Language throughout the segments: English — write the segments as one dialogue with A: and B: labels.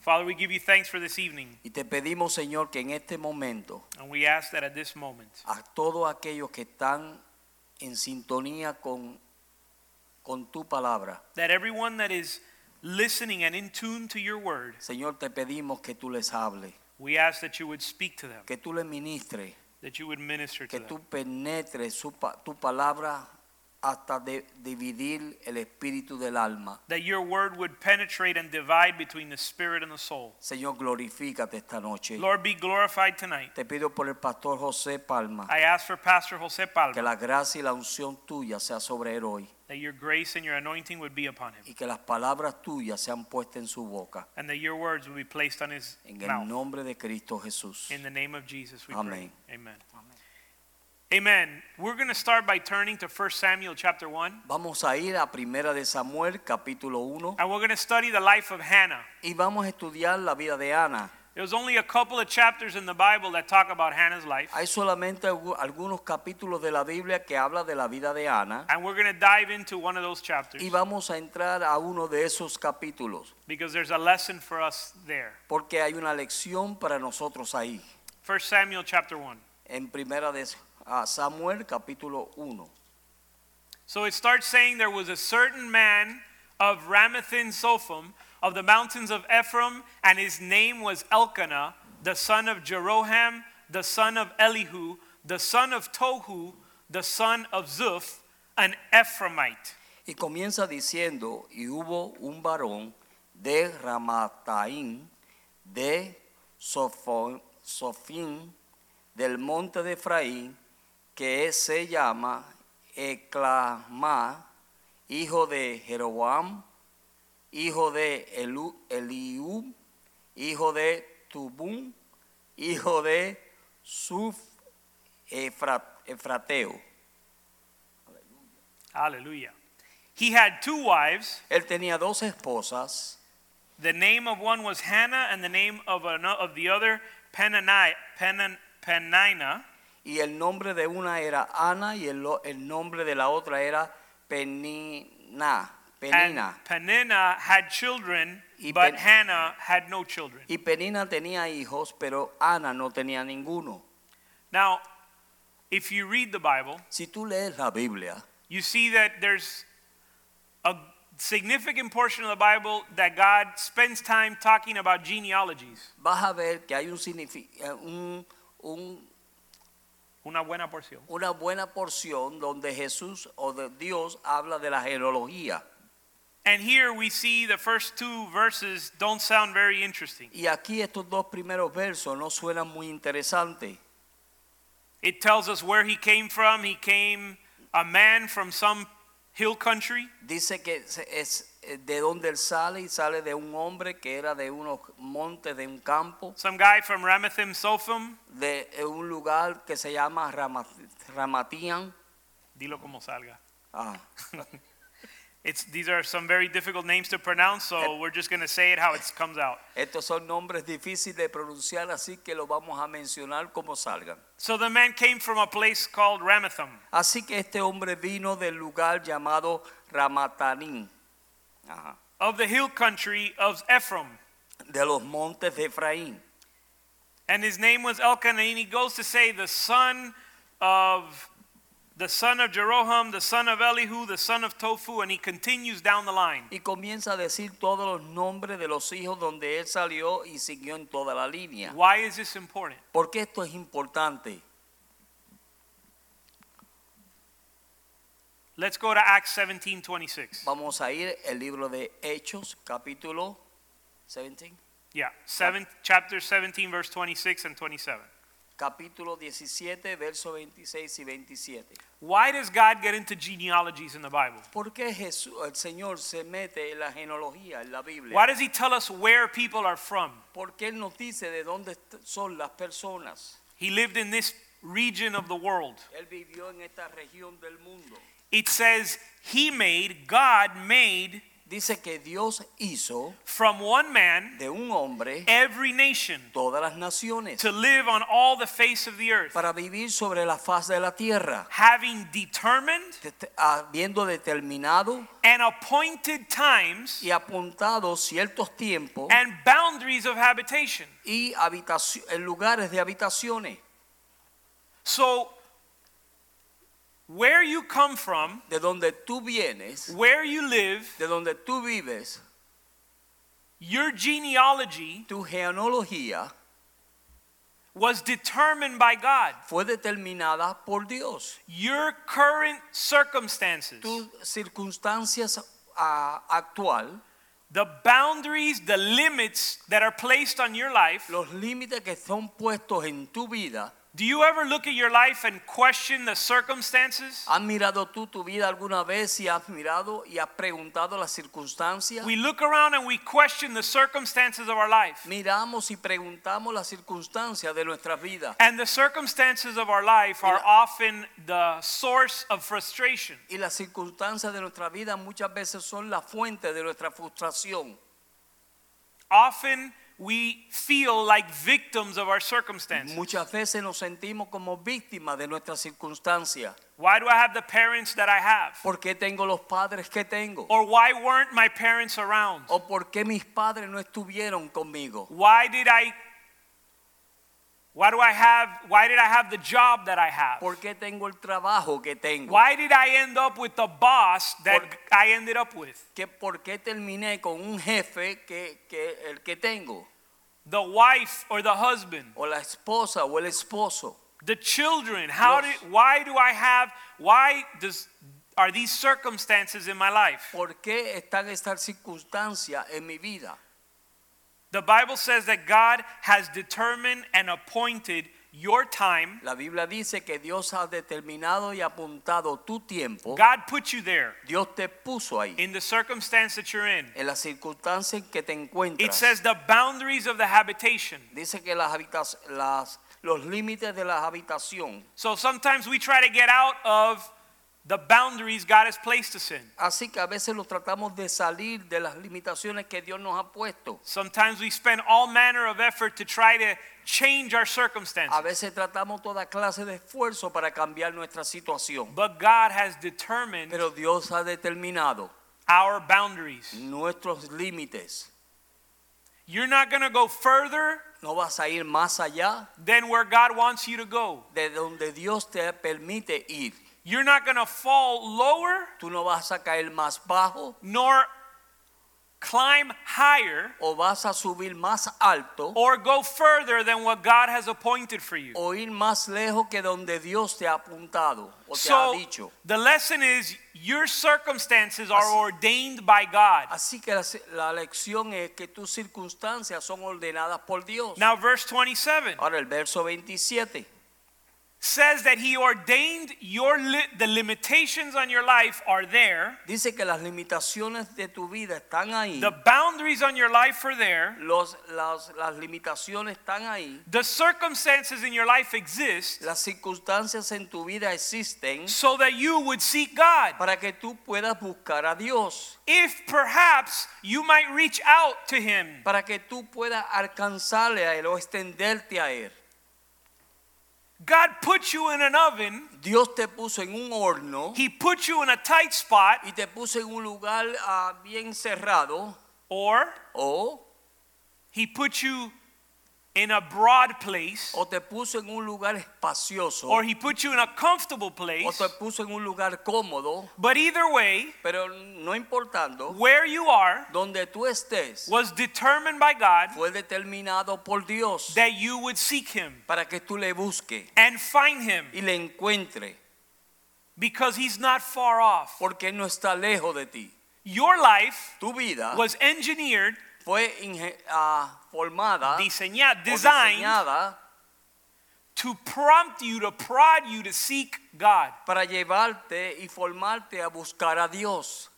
A: Father, we give you thanks for this evening,
B: y te pedimos, Señor, que en este momento
A: and we ask that at this moment,
B: a todos aquellos que están en sintonía con, con tu palabra,
A: that everyone that is listening and in tune to your word,
B: Señor, te pedimos que tú les hables,
A: we ask that you would speak to them,
B: que tú les ministres,
A: that you would minister to
B: que
A: them,
B: tú penetres su pa- tu palabra hasta de- dividir el espíritu del alma.
A: that your word would penetrate and divide between the spirit and the soul.
B: Señor, glorifícate esta noche.
A: Lord, be glorified tonight.
B: Te pido por el pastor José Palma
A: I ask for Pastor Jose
B: que
A: Palma
B: la gracia y la unción tuya sea sobre él hoy
A: that your grace and your anointing would be upon him,
B: y que las palabras tuyas sean puestas en su boca.
A: and that your words would be placed on his
B: En el
A: mouth.
B: nombre de Cristo Jesús.
A: In the name of Jesus, we
B: Amén.
A: pray. Amen. Amen. We're going to start by turning to 1 Samuel chapter 1.
B: Vamos a ir a Primera de Samuel, capítulo 1,
A: And we're going to study the life of Hannah.
B: y vamos a estudiar la vida de Ana.
A: There's only a couple of chapters in the Bible that talk about Hannah's life.
B: Hay solamente algu- algunos capítulos de la Biblia que habla de la vida de Ana,
A: And we're going to dive into one of those chapters
B: y vamos a entrar a uno de esos capítulos,
A: because there's a lesson for us there.
B: porque hay una lección para nosotros ahí.
A: 1 Samuel chapter 1.
B: En Primera de ah, Samuel, capítulo 1.
A: So it starts saying there was a certain man of Ramathin Sophim of the mountains of Ephraim, and his name was Elkanah, the son of Jeroham, the son of Elihu, the son of Tohu, the son of Zuph, an Ephraimite.
B: Y comienza diciendo, y hubo un varón de Ramataim, de Sofo- Sofín, del monte de Efraín, que se llama Eclamá, hijo de Jeroboam, hijo de Elu- Eliú, hijo de Tubún, hijo de Suf Efra- Efrateo.
A: Hallelujah. He had two wives.
B: Él tenía dos esposas.
A: The name of one was Hannah, and the name of, ano- of the other Penani- Penan- Penina.
B: Y el nombre de una era Ana y el, lo- el nombre de la otra era Penina.
A: And
B: Penina.
A: Penina had children,
B: Y
A: but
B: Pen-
A: Hannah had no children.
B: Y Penina tenía hijos, pero Ana no tenía ninguno.
A: Now, if you read the Bible,
B: Si tú lees la Biblia,
A: you see that there's a significant portion of the Bible that God spends time talking about genealogies.
B: vas a ver que hay un, signifi- eh, un- un-
A: Una buena porción.
B: una buena porción donde Jesús o de Dios habla de la genealogía.
A: And here we see the first two verses don't sound very interesting.
B: Y aquí estos dos primeros versos no suenan muy interesantes.
A: It tells us where he came from. He came a man from some hill country.
B: Dice que es, es, eh, de donde él sale y sale de un hombre que era de unos montes de un campo,
A: Some guy from Ramathim Sophim.
B: de eh, un lugar que se llama Rama- Ramatian.
A: Dilo como salga.
B: Ah,
A: It's, these are some very difficult names to pronounce, so we're just going to say it how it comes out.
B: estos son nombres difíciles de pronunciar, así que los vamos a mencionar como salgan.
A: So the man came from a place called Ramathim.
B: Así que este hombre vino del lugar llamado Ramatanín, ajá,
A: of the hill country of Ephraim.
B: de los montes de Efraín.
A: And his name was Elkanah, and he goes to say the son of the son of Jeroham, the son of Elihu, the son of Tofu, and he continues down the line.
B: Y comienza a decir todos los nombres de los hijos donde él salió y siguió en toda la línea.
A: Why is this important?
B: Porque esto es importante.
A: Let's go to Acts 17, 26.
B: Vamos a ir el libro de Hechos, capítulo 17.
A: Yeah, seven, chapter 17, verse 26 and 27.
B: capítulo 17, versos 26 y 27.
A: Why does God get into genealogies in the Bible?
B: ¿Por qué Jesús, el Señor se mete en la genealogía, en la
A: Why
B: Biblia?
A: does He tell us where people are from?
B: Porque Él nos dice de dónde est- son las personas.
A: He lived in this region of the world.
B: Él vivió en esta región del mundo.
A: It says, He made, God made
B: Dice que Dios hizo
A: from one man
B: de un hombre
A: every nation
B: todas las naciones
A: to live on all the face of the earth,
B: para vivir sobre la faz de la tierra,
A: having determined
B: te- te- habiendo determinado
A: and appointed times
B: y apuntado ciertos tiempos
A: and boundaries of habitation.
B: y habitaci- en lugares de habitaciones.
A: So, where you come from,
B: De donde tú vienes,
A: where you live,
B: de donde tú vives,
A: your genealogy
B: tu genealogía
A: was determined by God.
B: fue determinada por Dios.
A: Your current circumstances,
B: Tus circunstancias ah, actual,
A: the boundaries, the limits that are placed on your life.
B: los límites que son puestos en tu vida,
A: Do you ever look at your life and question the circumstances?
B: ¿has mirado tú tu vida alguna vez y has mirado y has preguntado las circunstancias?
A: We look around and we question the circumstances of our life.
B: Miramos y preguntamos las circunstancias de nuestras vidas.
A: And the circumstances of our life are often the source of frustration.
B: Y las circunstancias de nuestra vida muchas veces son la fuente de nuestra frustración.
A: Often we feel like victims of our circumstances.
B: Muchas veces nos sentimos como víctimas de nuestras circunstancias.
A: Why do I have the parents that I have?
B: ¿Por qué tengo los padres que tengo?
A: Or why weren't my parents around?
B: ¿O por qué mis padres no estuvieron conmigo?
A: Why did I Why do I have why did I have the job that I have?
B: ¿Por qué tengo el trabajo que tengo?
A: Why did I end up with the boss that
B: Por-
A: I ended up with?
B: ¿Que ¿Por qué terminé con un jefe que, que el que tengo?
A: The wife or the husband?
B: ¿O la esposa o el esposo?
A: The children? How
B: Los-
A: did why do I have why does are these circumstances in my life?
B: ¿Por qué están estas circunstancias en mi vida?
A: The Bible says that God has determined and appointed your time.
B: La Biblia dice que Dios ha determinado y apuntado tu tiempo.
A: God put you there
B: Dios te puso ahí,
A: in the circumstance that you're in.
B: en las circunstancias en que te
A: It
B: encuentras.
A: says the boundaries of the habitation.
B: Dice que las habita- las, los límites de la habitación.
A: So sometimes we try to get out of the boundaries God has placed us in.
B: Así que a veces los tratamos de salir de las limitaciones que Dios nos ha puesto.
A: Sometimes we spend all manner of effort to try to change our
B: A
A: circumstances.
B: veces tratamos toda clase de esfuerzo para cambiar nuestra situación.
A: But God has determined
B: Pero Dios ha determinado
A: our boundaries.
B: nuestros límites.
A: You're not going to go further
B: No vas a ir más allá
A: than where God wants you to go.
B: de donde Dios te permite ir.
A: You're not going to fall lower
B: Tú no vas a caer más bajo
A: nor climb higher
B: o vas a subir más alto
A: or go further than what God has appointed for you.
B: o ir más lejos que donde Dios te ha apuntado o te ha
A: So
B: dicho.
A: the lesson is your circumstances are
B: Así-
A: ordained by God.
B: Así que la, la lección es que tus circunstancias son ordenadas por Dios.
A: Now verse 27
B: Ahora el verso 27
A: says that he ordained your li- the limitations on your life are there,
B: dice que las limitaciones de tu vida están ahí.
A: the boundaries on your life are there,
B: Los, las, las limitaciones están ahí.
A: the circumstances in your life exist
B: Las circunstancias en tu vida existen
A: so that you would seek God.
B: para que tú puedas buscar a Dios,
A: If perhaps you might reach out to him.
B: para que tú puedas alcanzarle a Él o extenderte a Él.
A: God put you in an oven,
B: Dios te puso en un horno
A: he put you in a tight spot
B: y te puso en un lugar ah, bien cerrado
A: or
B: o,
A: he put you in a broad place
B: o te puso en un lugar espacioso
A: or he put you in a comfortable
B: o
A: place.
B: te puso en un lugar cómodo,
A: But either way,
B: pero no importando,
A: where you are
B: donde tú estés
A: was determined by God
B: fue determinado por Dios
A: that you would seek him
B: para que tú le busques
A: and find him
B: y le encuentres,
A: because he's not far off.
B: porque Él no está lejos de ti.
A: Your life
B: Tu vida
A: was engineered,
B: fue inge- ah, formada o
A: diseñada, designed
B: diseñada
A: to prompt you, to prod you to seek God.
B: para llevarte y formarte a buscar a Dios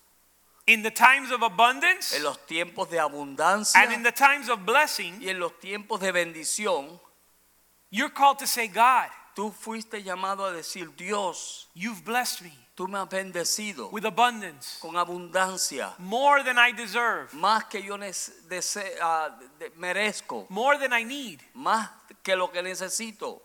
A: In the times of abundance
B: en los tiempos de abundancia
A: and in the times of blessing,
B: y en los tiempos de bendición.
A: you're called to say, God,
B: Tú fuiste llamado a decir, Dios,
A: you've blessed me
B: tú me has bendecido
A: with abundance,
B: con abundancia,
A: more than I deserve,
B: más que yo nece- dese- ah, de- merezco,
A: more than I need.
B: más que lo que necesito.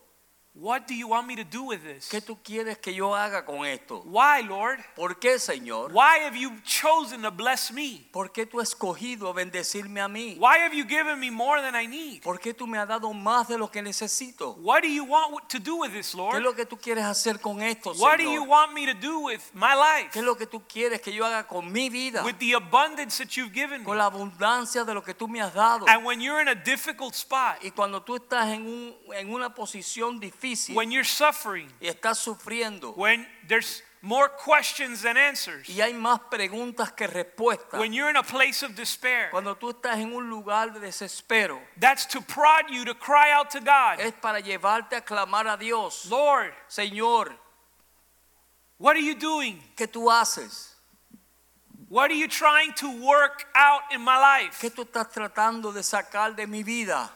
A: What do you want me to do with this?
B: ¿Qué tú quieres que yo haga con esto?
A: Why, Lord?
B: ¿Por qué, Señor?
A: Why have you chosen to bless me?
B: ¿Por qué tú has escogido bendecirme a mí?
A: Why have you given me more than I need?
B: ¿Por qué tú me has dado más de lo que necesito?
A: What do you want to do with this,
B: ¿Qué
A: Lord?
B: es lo que tú quieres hacer con esto,
A: What do you
B: Señor?
A: want me to do with my
B: ¿Qué es
A: life?
B: lo que tú quieres que yo haga con mi vida?
A: With the abundance that you've given
B: Con
A: me.
B: la abundancia de lo que tú me has dado.
A: And when you're in a difficult spot,
B: Y cuando tú estás en, un, en una posición difícil
A: when you're suffering,
B: y estás sufriendo
A: when there's more questions than answers,
B: y hay más preguntas que respuestas,
A: when you're in a place of despair,
B: cuando tú estás en un lugar de desespero,
A: that's to prod you to cry out to God,
B: es para llevarte a clamar a Dios.
A: Lord,
B: Señor,
A: what are you doing?
B: ¿qué tú haces?
A: What are you trying to work out in my life?
B: ¿Qué tú estás tratando de sacar de mi vida?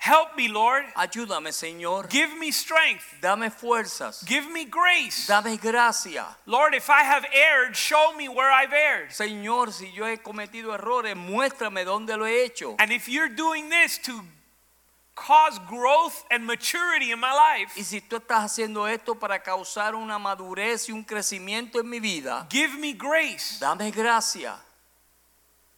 A: Help me, Lord.
B: Ayúdame, Señor.
A: Give me strength.
B: Dame fuerzas.
A: Give me grace.
B: Dame gracia.
A: Lord, if I have erred, show me where I've erred.
B: Señor, si yo he cometido errores, muéstrame dónde lo he hecho.
A: And if you're doing this to cause growth and maturity in my
B: Y
A: life,
B: si tú estás haciendo esto para causar una madurez y un crecimiento en mi vida,
A: give me grace.
B: dame gracia.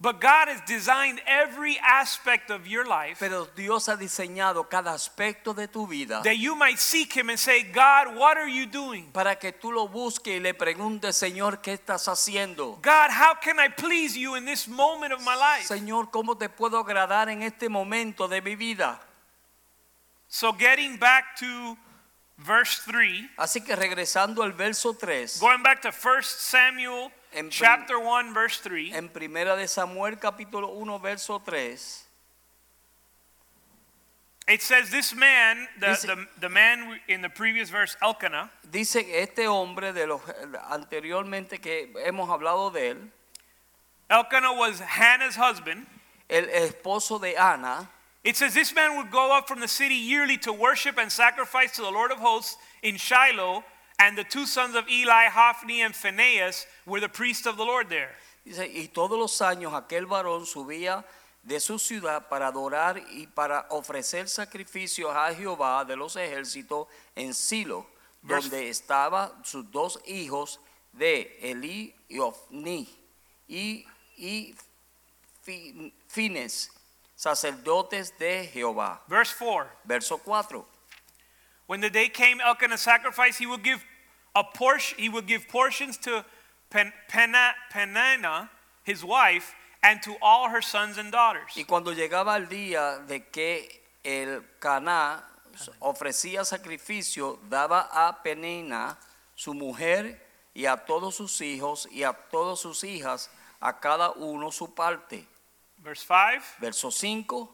A: But God has designed every aspect of your life
B: Pero Dios ha diseñado cada aspecto de tu vida
A: that you might seek Him and say, God, what are you doing?
B: para que tú lo busques y le preguntes, Señor, ¿qué estás haciendo?
A: God, how can I please you in this moment of my life?
B: Señor, ¿cómo te puedo agradar en este momento de mi vida?
A: So, getting back to verse 3,
B: Así que regresando al verso 3,
A: going back to 1 Samuel
B: En prim-
A: chapter 1, verse 3.
B: en primera de Samuel capítulo 1, verso 3,
A: It says this man, the,
B: Dice-
A: the, the man in the previous verse, Elkanah,
B: dice que este hombre de los anteriormente que hemos hablado de él,
A: Elkanah was Hannah's husband.
B: el esposo de Ana,
A: It says this man would go up from the city yearly to worship and sacrifice to the Lord of hosts in Shiloh, and the two sons of Eli, Hophni and Phinehas, were the priests of the Lord there.
B: dice, y todos los años aquel varón subía de su ciudad para adorar y para ofrecer sacrificios a Jehová de los ejércitos en Silo,
A: Verse-
B: donde estaban sus dos hijos de Elí y Ofni y, y Fin- Fines, sacerdotes de Jehová.
A: Verse 4
B: Verso 4.
A: When the day came, Elkanah sacrificed, he would give a portion, he would give portions to Pen- Pena- Penina, his wife, and to all her sons and daughters.
B: Y cuando llegaba el día de que el Caná ofrecía sacrificio, daba a Penina, su mujer, y a todos sus hijos y a todas sus hijas, a cada uno su parte.
A: Verse 5.
B: Verso 5.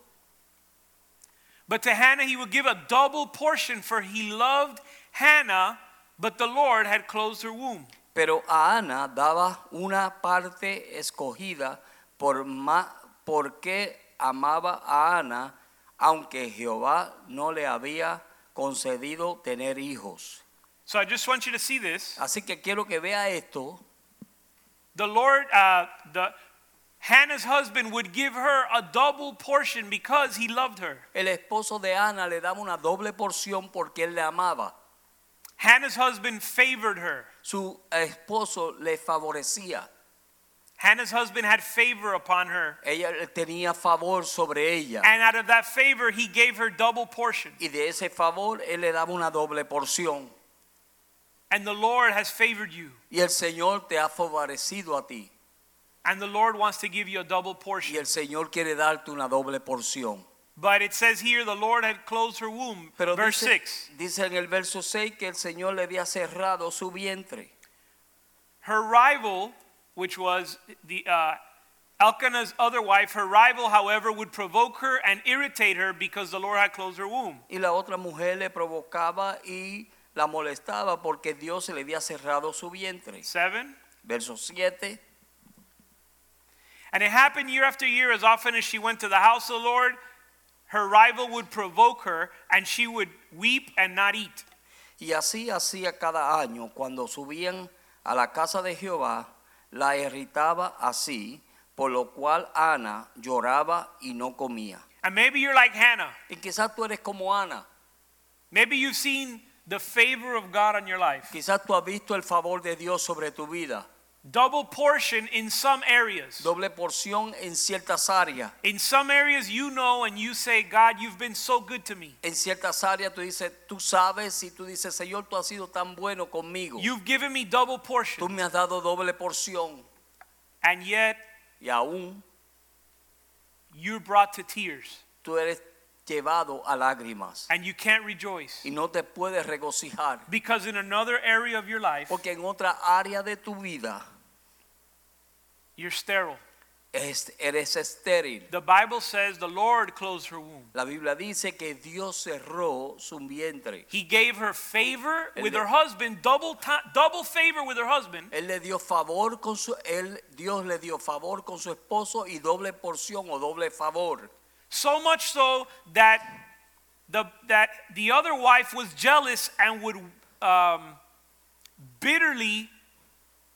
A: But to Hannah he would give a double portion, for he loved Hannah, but the Lord had closed her womb.
B: Pero a Ana daba una parte escogida por ma- porque amaba a Ana, aunque Jehová no le había concedido tener hijos.
A: So I just want you to see this.
B: Así que quiero que vea esto.
A: The Lord, uh, the Hannah's husband would give her a double portion because he loved her.
B: El esposo de Ana le daba una doble porción porque él le amaba.
A: Hannah's husband favored her.
B: Su esposo le favorecía.
A: Hannah's husband had favor upon her,
B: Ella le tenía favor sobre ella.
A: and out of that favor he gave her double portion.
B: Y de ese favor él le daba una doble porción.
A: And the Lord has favored you,
B: Y el Señor te ha favorecido a ti.
A: and the Lord wants to give you a double
B: Y
A: portion.
B: el Señor quiere darte una doble porción.
A: But it says here the Lord had closed her womb.
B: Pero
A: Verse
B: dice,
A: 6.
B: dice en el verso 6 que el Señor le había cerrado su vientre.
A: her rival, which was the uh, Elkanah's other wife, her rival, however, would provoke her and irritate her because the Lord had closed her womb.
B: Y la otra mujer le provocaba y la molestaba porque Dios le había cerrado su vientre.
A: Seven.
B: Verso 7.
A: And it happened year after year, as often as she went to the house of the Lord, her rival would provoke her, and she would weep and not eat.
B: Y así hacía cada año cuando subían a la casa de Jehová, la irritaba así, por lo cual Ana lloraba y no comía.
A: And maybe you're like Hannah.
B: Y quizás tú eres como Ana,
A: Maybe you've seen the favor of God on your life.
B: quizás tú has visto el favor de Dios sobre tu vida,
A: Double portion in some areas.
B: doble porción en ciertas áreas.
A: In some areas, you know and you say, God, you've been so good to me.
B: En ciertas áreas tú dices, tú sabes y tú dices, Señor, tú has sido tan bueno conmigo.
A: You've given me double
B: Tú
A: portion.
B: me has dado doble porción
A: And yet,
B: y aún
A: you're brought to tears
B: tú eres llevado a lágrimas
A: and you can't rejoice.
B: y no te puedes regocijar.
A: Because in another area of your life,
B: Porque en otra área de tu vida
A: you're sterile.
B: es- eres estéril.
A: The Bible says the Lord closed her womb.
B: La Biblia dice que Dios cerró su vientre.
A: He gave her favor
B: El
A: with
B: de-
A: her husband, double ti- double favor with her husband,
B: Él le dio favor con su él Dios le dio favor con su esposo y doble porción o doble favor.
A: so much so that the that the other wife was jealous and would um, bitterly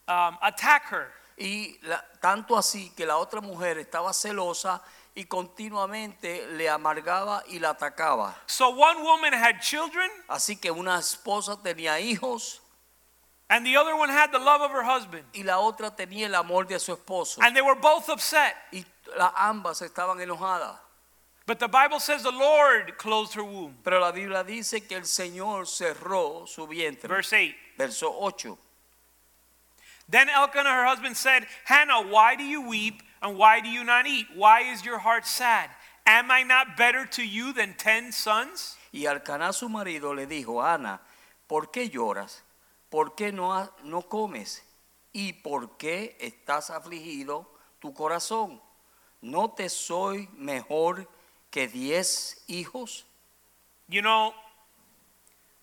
A: um, attack her.
B: Y la- tanto así que la otra mujer estaba celosa y continuamente le amargaba y la atacaba.
A: So one woman had children,
B: Así que una esposa tenía hijos
A: and the other one had the love of her husband,
B: y la otra tenía el amor de su esposo.
A: and they were both upset.
B: Y la- ambas estaban enojadas.
A: But the Bible says the Lord closed her womb.
B: Pero la Biblia dice que el Señor cerró su vientre.
A: Verse eight.
B: Verso 8.
A: Then Elkanah, her husband, said, Hannah, why do you weep and why do you not eat? Why is your heart sad? Am I not better to you than ten sons?
B: Y Alcaná su marido le dijo, Ana, ¿por qué lloras? ¿Por qué no, ha- no comes? ¿Y por qué estás afligido tu corazón? ¿No te soy mejor que diez hijos?
A: You know,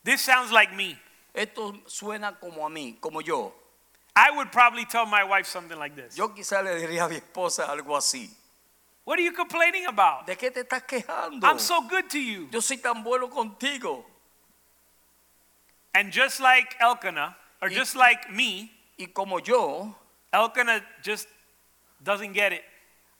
A: this sounds like me.
B: Esto suena como a mí, como yo.
A: I would probably tell my wife something like this.
B: Yo quizá le diría a mi esposa algo así.
A: What are you complaining about?
B: ¿De qué te estás quejando?
A: I'm so good to you.
B: yo soy tan bueno contigo.
A: And just like Elkanah, or just like me,
B: Y como yo,
A: Elkanah just doesn't get it.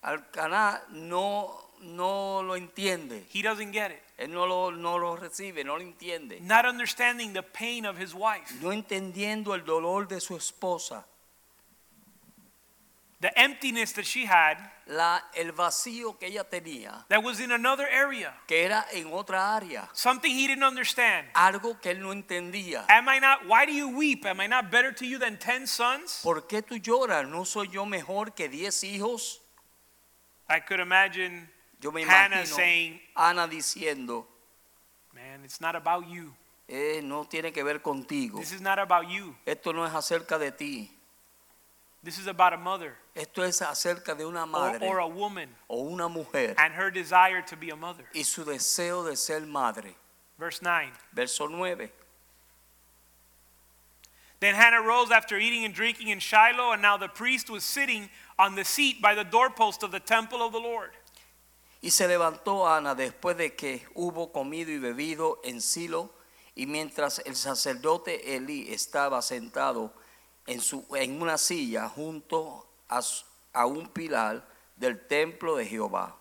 B: Alcaná no, no lo entiende.
A: He doesn't get it.
B: Él no lo, no lo recibe, no lo entiende.
A: Not understanding the pain of his wife,
B: No entendiendo el dolor de su esposa,
A: the emptiness that she had
B: la, el vacío que ella tenía,
A: that was in another area.
B: que era en otra área,
A: Something he didn't understand.
B: algo que él no entendía.
A: Am I not, why do you weep? Am I not better to you than 10 sons?
B: ¿Por qué tú lloras? ¿No soy yo mejor que diez hijos?
A: I could imagine
B: Yo me
A: Hannah
B: imagino
A: saying,
B: Ana diciendo,
A: man, it's not about you.
B: eh, no tiene que ver contigo.
A: This is not about you.
B: Esto no es acerca de ti.
A: This is about a mother
B: Esto es acerca de una
A: or,
B: madre
A: or a woman
B: o una mujer
A: and her desire to be a mother.
B: y su deseo de ser madre.
A: Verse 9.
B: Verso 9.
A: Then Hannah rose after eating and drinking in Shiloh, and now the priest was sitting on the seat by the doorpost of the temple of the Lord.
B: Y se levantó Ana después de que hubo comido y bebido en Silo, y mientras el sacerdote Elí estaba sentado en, su, en una silla junto a, su- a un pilar del templo de Jehová.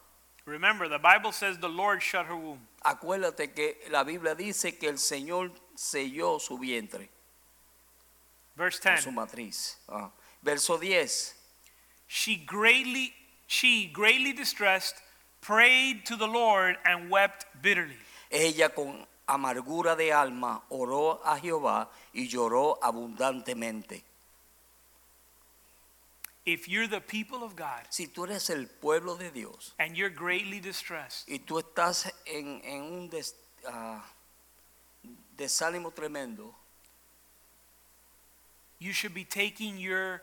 A: Remember, the Bible says the Lord shut her womb.
B: Acuérdate que la Biblia dice que el Señor selló su vientre,
A: Verse
B: con su
A: 10.
B: matriz. Ah. Verso 10.
A: she greatly she greatly distressed prayed to the lord and wept bitterly
B: Ella con amargura de alma oró a Jehová y lloró abundantemente.
A: if you're the people of god
B: Si tú eres el pueblo de Dios,
A: and you're greatly distressed
B: y tú estás en, en un des- ah, desánimo tremendo,
A: you should be taking your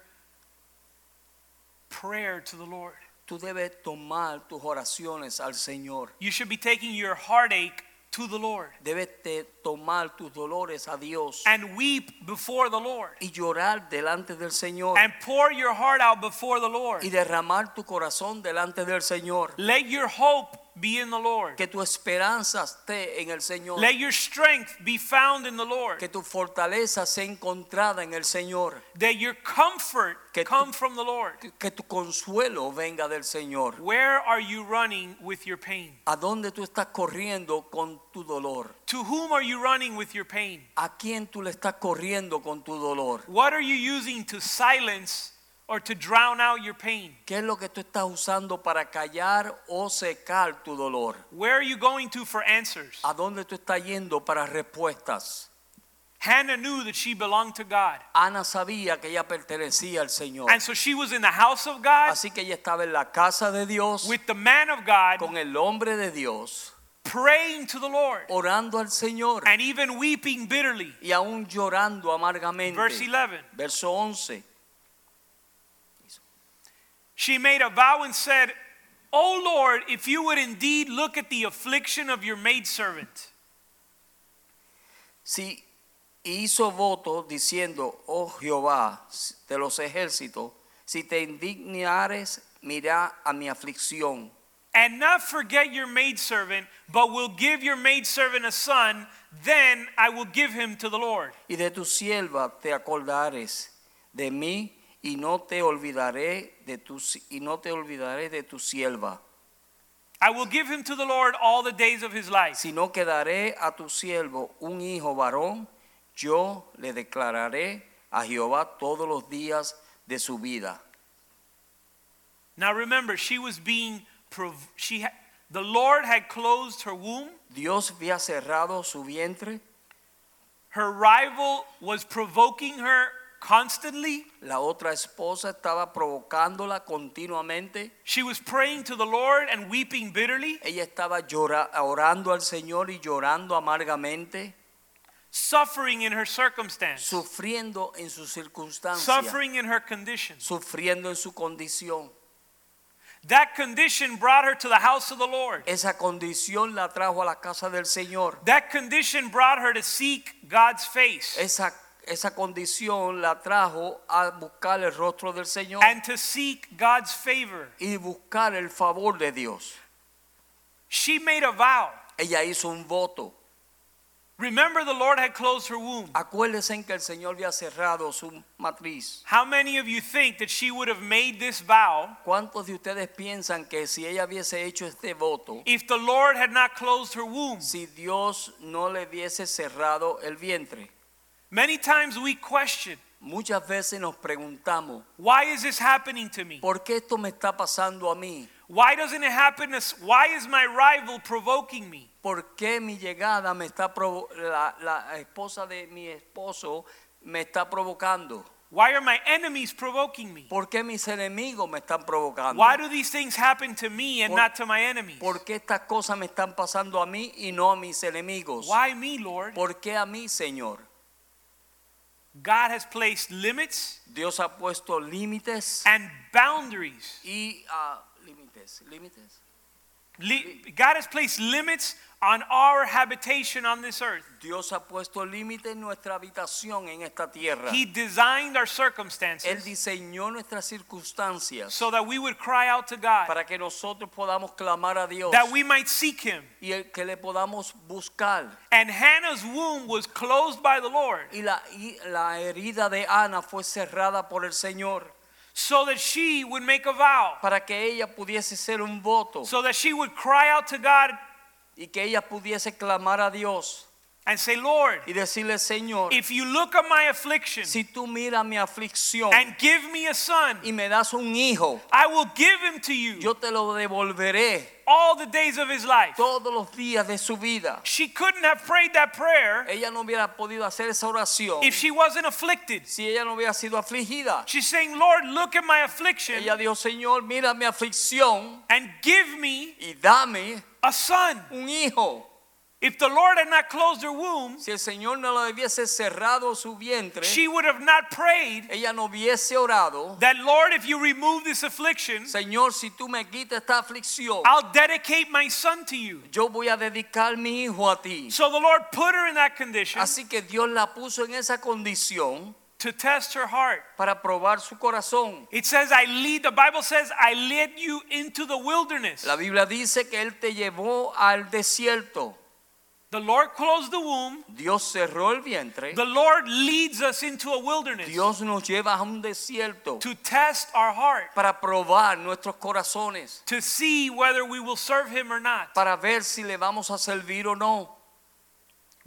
A: prayer to the Lord.
B: Tú debes tomar tus oraciones al Señor.
A: You should be taking your heartache to the Lord
B: Debes de tomar tus dolores a Dios
A: and weep before the Lord
B: y llorar delante del Señor
A: and pour your heart out before the Lord.
B: y derramar tu corazón delante del Señor.
A: Let your hope be in the Lord.
B: Que tu esperanza esté en el Señor.
A: Let your strength be found in the Lord.
B: Que tu fortaleza sea encontrada en el Señor.
A: That your comfort
B: Que-
A: come from the Lord.
B: Que- Que tu consuelo venga del Señor.
A: Where are you running with your pain?
B: ¿A dónde tú estás corriendo con tu dolor?
A: To whom are you running with your pain?
B: ¿A quién tú le estás corriendo con tu dolor?
A: What are you using to silence or to drown out your pain?
B: ¿Qué es lo que tú estás usando para callar o secar tu dolor?
A: Where are you going to for answers?
B: ¿A dónde tú estás yendo para respuestas?
A: Hannah knew that she belonged to God.
B: Ana sabía que ella pertenecía al Señor.
A: And so she was in the house of God
B: Así que ella estaba en la casa de Dios,
A: with the man of God,
B: con el hombre de Dios,
A: praying to the Lord
B: orando al Señor
A: and even weeping bitterly.
B: y aún llorando amargamente.
A: Verse 11
B: Verso 11.
A: She made a vow and said, O Lord, if you would indeed look at the affliction of your maidservant.
B: Si hizo voto diciendo, oh Jehová de los ejércitos, si te indignares, mira a mi aflicción
A: and not forget your maidservant, but will give your maidservant a son, then I will give him to the Lord.
B: y de tu sierva te acordares de mí y no te olvidaré de tu si- y no te olvidaré de tu sierva,
A: I will give him to the Lord all the days of his life.
B: sino que daré a tu siervo un hijo varón, yo le declararé a Jehová todos los días de su vida.
A: Now remember, she was being prov- she ha- the Lord had closed her womb.
B: Dios había cerrado su vientre
A: Her rival was provoking her constantly.
B: La otra esposa estaba provocándola continuamente.
A: She was praying to the Lord and weeping bitterly.
B: Ella estaba llora- orando al Señor y llorando amargamente,
A: Suffering in her circumstance,
B: sufriendo en su circunstancia,
A: suffering in her condition.
B: sufriendo en su condición.
A: That condition brought her to the house of the Lord.
B: Esa condición la trajo a la casa del Señor.
A: That condition brought her to seek God's face
B: Esa, esa condición la trajo a buscar el rostro del Señor
A: and to seek God's favor.
B: y buscar el favor de Dios.
A: She made a vow.
B: Ella hizo un voto.
A: Remember, the Lord had closed her womb.
B: Acuérdense en que el Señor había cerrado su matriz.
A: How many of you think that she would have made this vow
B: ¿Cuántos de ustedes piensan que si ella hubiese hecho este voto,
A: if the Lord had not closed her womb?
B: si Dios no le hubiese cerrado el vientre?
A: Many times we question,
B: Muchas veces nos preguntamos,
A: why is this happening to me?
B: ¿por qué esto me está pasando a mí?
A: Why doesn't it happen? To, s- why is my rival provoking me?
B: ¿Por qué mi llegada me está provo- la, la esposa de mi esposo me está provocando?
A: Why are my enemies provoking me?
B: ¿Por qué mis enemigos me están provocando?
A: Why do these things happen to me and
B: Por-
A: not to my enemies?
B: ¿Por qué estas cosas me están pasando a mí y no a mis enemigos?
A: Why me, Lord?
B: ¿Por qué a mí, Señor?
A: God has placed limits
B: Dios ha puesto límites
A: and boundaries.
B: y ah, límites, límites.
A: Li- God has placed limits on our habitation on this earth.
B: Dios ha puesto límite en nuestra habitación en esta tierra.
A: He designed our
B: Él
A: circumstances
B: diseñó nuestras circunstancias
A: so that we would cry out to God,
B: para que nosotros podamos clamar a Dios
A: that we might seek Him.
B: y el que le podamos buscar.
A: And Hannah's womb was closed by the Lord
B: Y la, y la herida de Ana fue cerrada por el Señor
A: so that she would make a vow,
B: para que ella pudiese ser un voto
A: so that she would cry out to God
B: y que ella pudiese clamar a Dios
A: and say, Lord,
B: y decirle, Señor,
A: if you look at my affliction
B: si tú miras mi aflicción
A: and give me a son,
B: y me das un hijo,
A: I will give him to you
B: yo te lo devolveré
A: all the days of his life.
B: todos los días de su vida.
A: She couldn't have prayed that prayer
B: ella no hubiera podido hacer esa oración
A: if she wasn't afflicted.
B: si ella no hubiera sido afligida.
A: She's saying, Lord, look at my affliction
B: Ella dijo, Señor, mira mi aflicción
A: and give me
B: y dame
A: a son.
B: un hijo.
A: If the Lord had not closed her womb,
B: Si el Señor no le hubiese cerrado su vientre,
A: she would have not prayed
B: ella no hubiese orado.
A: that, Lord, if you remove this affliction,
B: Señor, si tú me quitas esta aflicción,
A: I'll dedicate my son to you.
B: yo voy a dedicar mi hijo a ti.
A: So the Lord put her in that condition
B: Así que Dios la puso en esa condición
A: to test her heart.
B: para probar su corazón.
A: It says, I lead, the Bible says, I led you into the wilderness.
B: La Biblia dice que Él te llevó al desierto.
A: The Lord closed the womb.
B: Dios cerró el vientre.
A: The Lord leads us into a wilderness
B: Dios nos lleva a un desierto
A: to test our heart,
B: para probar nuestros corazones,
A: to see whether we will serve him or not.
B: para ver si le vamos a servir o no.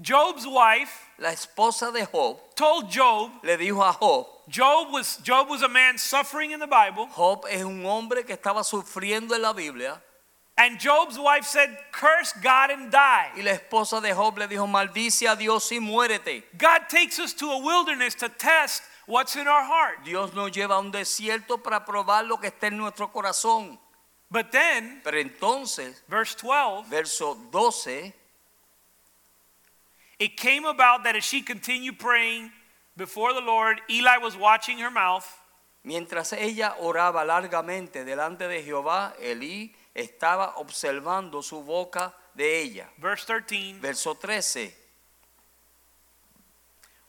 A: Job's wife
B: La esposa de Job
A: told Job,
B: le dijo a Job,
A: Job was Job was a man suffering in the Bible,
B: Job es un hombre que estaba sufriendo en la Biblia,
A: and Job's wife said, "Curse God and die."
B: y la esposa de Job le dijo, maldice a Dios y muérete.
A: God takes us to a wilderness to test what's in our heart.
B: Dios nos lleva a un desierto para probar lo que está en nuestro corazón.
A: But then,
B: Pero entonces,
A: verse 12,
B: verso 12,
A: it came about that as she continued praying before the Lord, Eli was watching her mouth.
B: Mientras ella oraba largamente delante de Jehová, Elí estaba observando su boca de ella.
A: Verse 13.
B: Verso 13.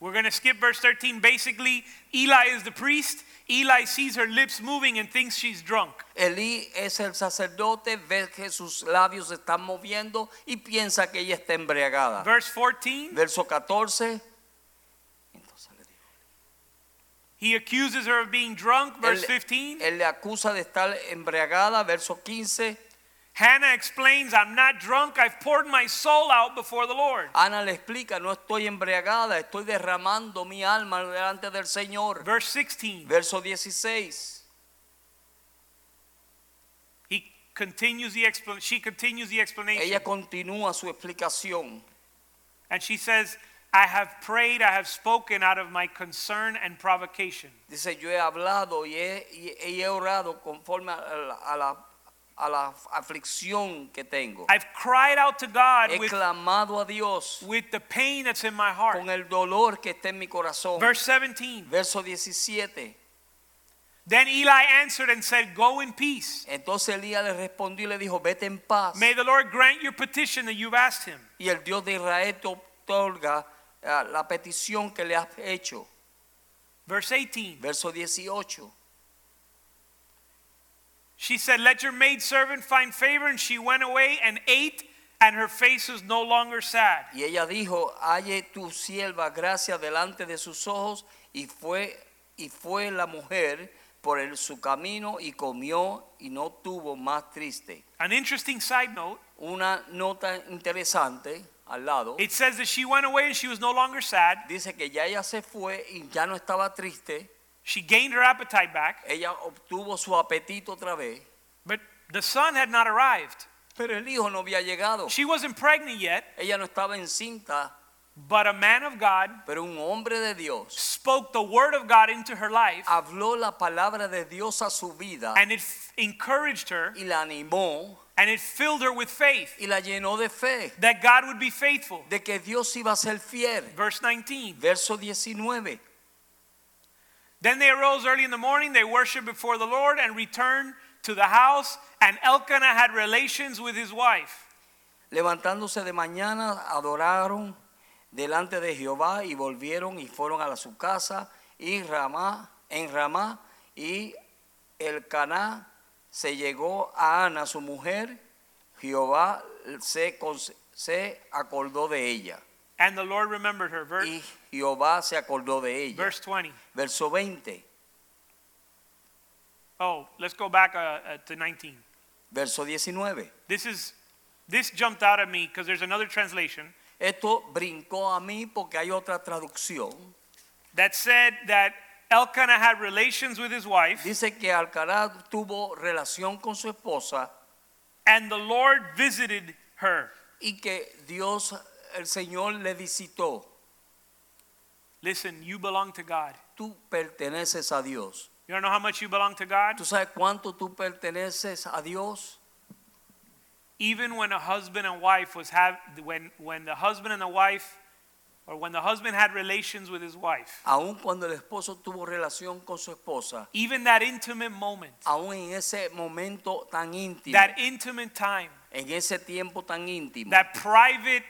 A: We're going to skip verse 13. Basically, Eli is the priest. Eli sees her lips moving and thinks she's drunk.
B: Elí es el sacerdote, ve que sus labios se están moviendo y piensa que ella está embriagada.
A: Verse 14,
B: Verso 14. Entonces le dijo,
A: he accuses her of being drunk. Verse 15,
B: él le acusa de estar embriagada. Verso 15.
A: Hannah explains, I'm not drunk. I've poured my soul out before the Lord.
B: Ana le explica, no estoy embriagada, estoy derramando mi alma delante del Señor.
A: Verse 16,
B: Verso 16.
A: he continues the expla- she continues the explanation.
B: Ella continúa su explicación.
A: And she says, I have prayed, I have spoken out of my concern and provocation.
B: Dice, yo he hablado y he, y- y he orado conforme a la, a la- a la aflicción que tengo.
A: I've cried out to God
B: He
A: with,
B: clamado a Dios
A: with the pain that's in my heart.
B: con el dolor que está en mi corazón.
A: Verse 17.
B: Verso 17.
A: Then Eli answered and said, Go in peace.
B: Entonces Elías le respondió y le dijo, vete en paz.
A: May the Lord grant your petition that you've asked him.
B: Y el Dios de Israel te otorga ah, la petición que le has hecho.
A: Verse 18.
B: Verso 18.
A: She said, Let your maidservant find favor. And she went away and ate, and her face was no longer sad.
B: Y ella dijo, halle tu sierva gracia delante de sus ojos. Y fue, y fue la mujer por el- su camino y comió y no tuvo más triste.
A: An interesting side note
B: Una nota interesante al lado.
A: it says that she went away and she was no longer sad.
B: Dice que ya ella se fue y ya no estaba triste.
A: She gained her appetite back,
B: Ella obtuvo su apetito otra vez.
A: but the son had not arrived.
B: Pero el hijo no había llegado.
A: She wasn't pregnant yet,
B: Ella no estaba encinta,
A: but a man of God
B: pero un hombre de Dios
A: spoke the word of God into her life,
B: habló la palabra de Dios a su vida
A: and it f- encouraged her
B: y la animó
A: and it filled her with faith.
B: y la llenó de fe.
A: that God would be faithful.
B: de que Dios iba a ser fiel.
A: Verse 19.
B: Verso 19.
A: Then they arose early in the morning, they worshiped before the Lord, and returned to the house. And Elkanah had relations with his wife.
B: Levantándose de mañana, adoraron delante de Jehová y volvieron y fueron a la- su casa y Ramá, en Ramá y el Caná se llegó a Ana, su mujer. Jehová se, con- se acordó de ella
A: And the Lord remembered her. Ver-
B: y Jehová se acordó de ella.
A: Verse 20.
B: Verso 20,
A: Oh, let's go back uh, uh, to 19.
B: verso 19.
A: This is this jumped out at me because there's another translation
B: Esto brincó a mí porque hay otra traducción.
A: that said that Elkanah had relations with his wife,
B: Dice que Alcaraz tuvo relación con su esposa
A: and the Lord visited her.
B: y que Dios, el Señor, le visitó.
A: Listen, you belong to God.
B: Tú perteneces a Dios.
A: You don't know how much you belong to God?
B: ¿Tú sabes cuánto tú perteneces a Dios?
A: even when a husband and wife was have when when the husband and the wife or when the husband had relations with his wife
B: Aun cuando el esposo tuvo relación con su esposa,
A: even that intimate moment
B: aun en ese momento tan íntimo,
A: that intimate time
B: en ese tiempo tan íntimo,
A: that private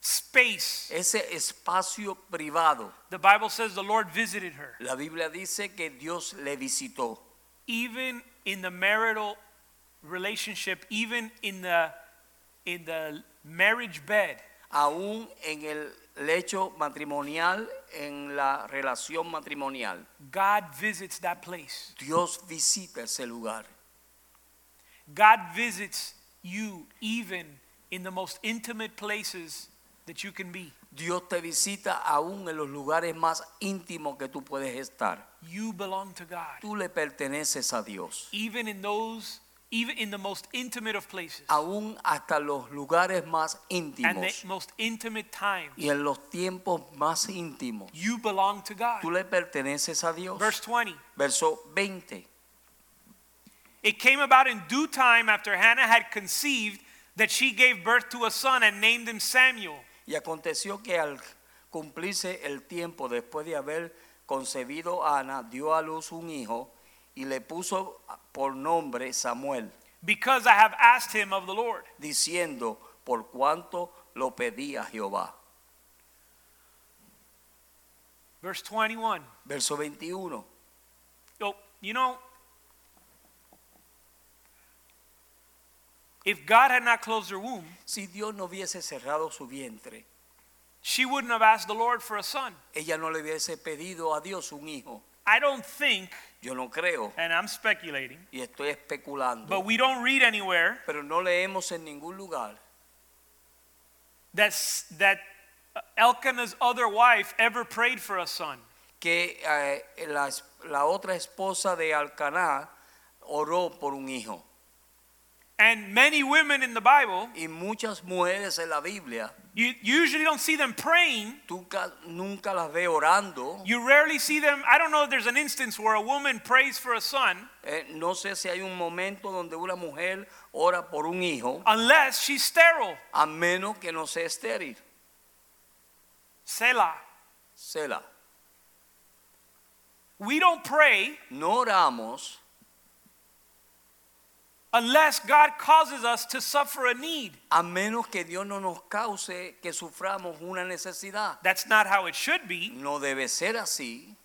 A: space
B: ese espacio privado,
A: the bible says the lord visited her
B: la Biblia dice que Dios le visitó.
A: even in the marital relationship even in the in the marriage bed
B: Aún en el lecho matrimonial, en la relación matrimonial,
A: god visits that place
B: Dios visita ese lugar.
A: god visits you even in the most intimate places that you can be
B: Dios te visita aún en los lugares más íntimos que tú puedes estar.
A: you belong to god
B: Tú le perteneces a Dios.
A: even in those even in the most intimate of places
B: Aún hasta los lugares más
A: and the
B: íntimos
A: most intimate times
B: y en los tiempos más íntimos.
A: you belong to god
B: Tú le perteneces a Dios.
A: verse 20
B: Verso 20.
A: It came about in due time after Hannah had conceived that she gave birth to a son and named him Samuel.
B: Y aconteció que al cumplirse el tiempo después de haber concebido a Ana, dio a luz un hijo y le puso por nombre Samuel,
A: Because I have asked him of the Lord.
B: diciendo, por cuanto lo pedía Jehová.
A: Verse 21.
B: Verso 21.
A: Oh, you know, if God had not closed her womb,
B: Si Dios no hubiese cerrado su vientre,
A: she wouldn't have asked the Lord for a son.
B: ella no le hubiese pedido a Dios un hijo.
A: I don't think,
B: Yo no creo
A: and I'm speculating,
B: y estoy especulando.
A: but we don't read anywhere
B: Pero no leemos en ningún lugar
A: that, s- that Elkanah's other wife ever prayed for a son.
B: que eh, la, es- la otra esposa de Alcaná oró por un hijo.
A: And many women in the Bible
B: Y muchas mujeres en la Biblia,
A: You usually don't see them praying.
B: tú ca- nunca las ves orando.
A: You rarely see them. I don't know if there's an instance where a woman prays for a son
B: Eh, no sé si hay un momento donde una mujer ora por un hijo,
A: unless she's sterile.
B: a menos que no sea estéril.
A: Selah.
B: Sela,
A: We don't pray
B: no oramos
A: unless God causes us to suffer a need.
B: a menos que Dios no nos cause que suframos una necesidad.
A: That's not how it should be.
B: No debe ser así,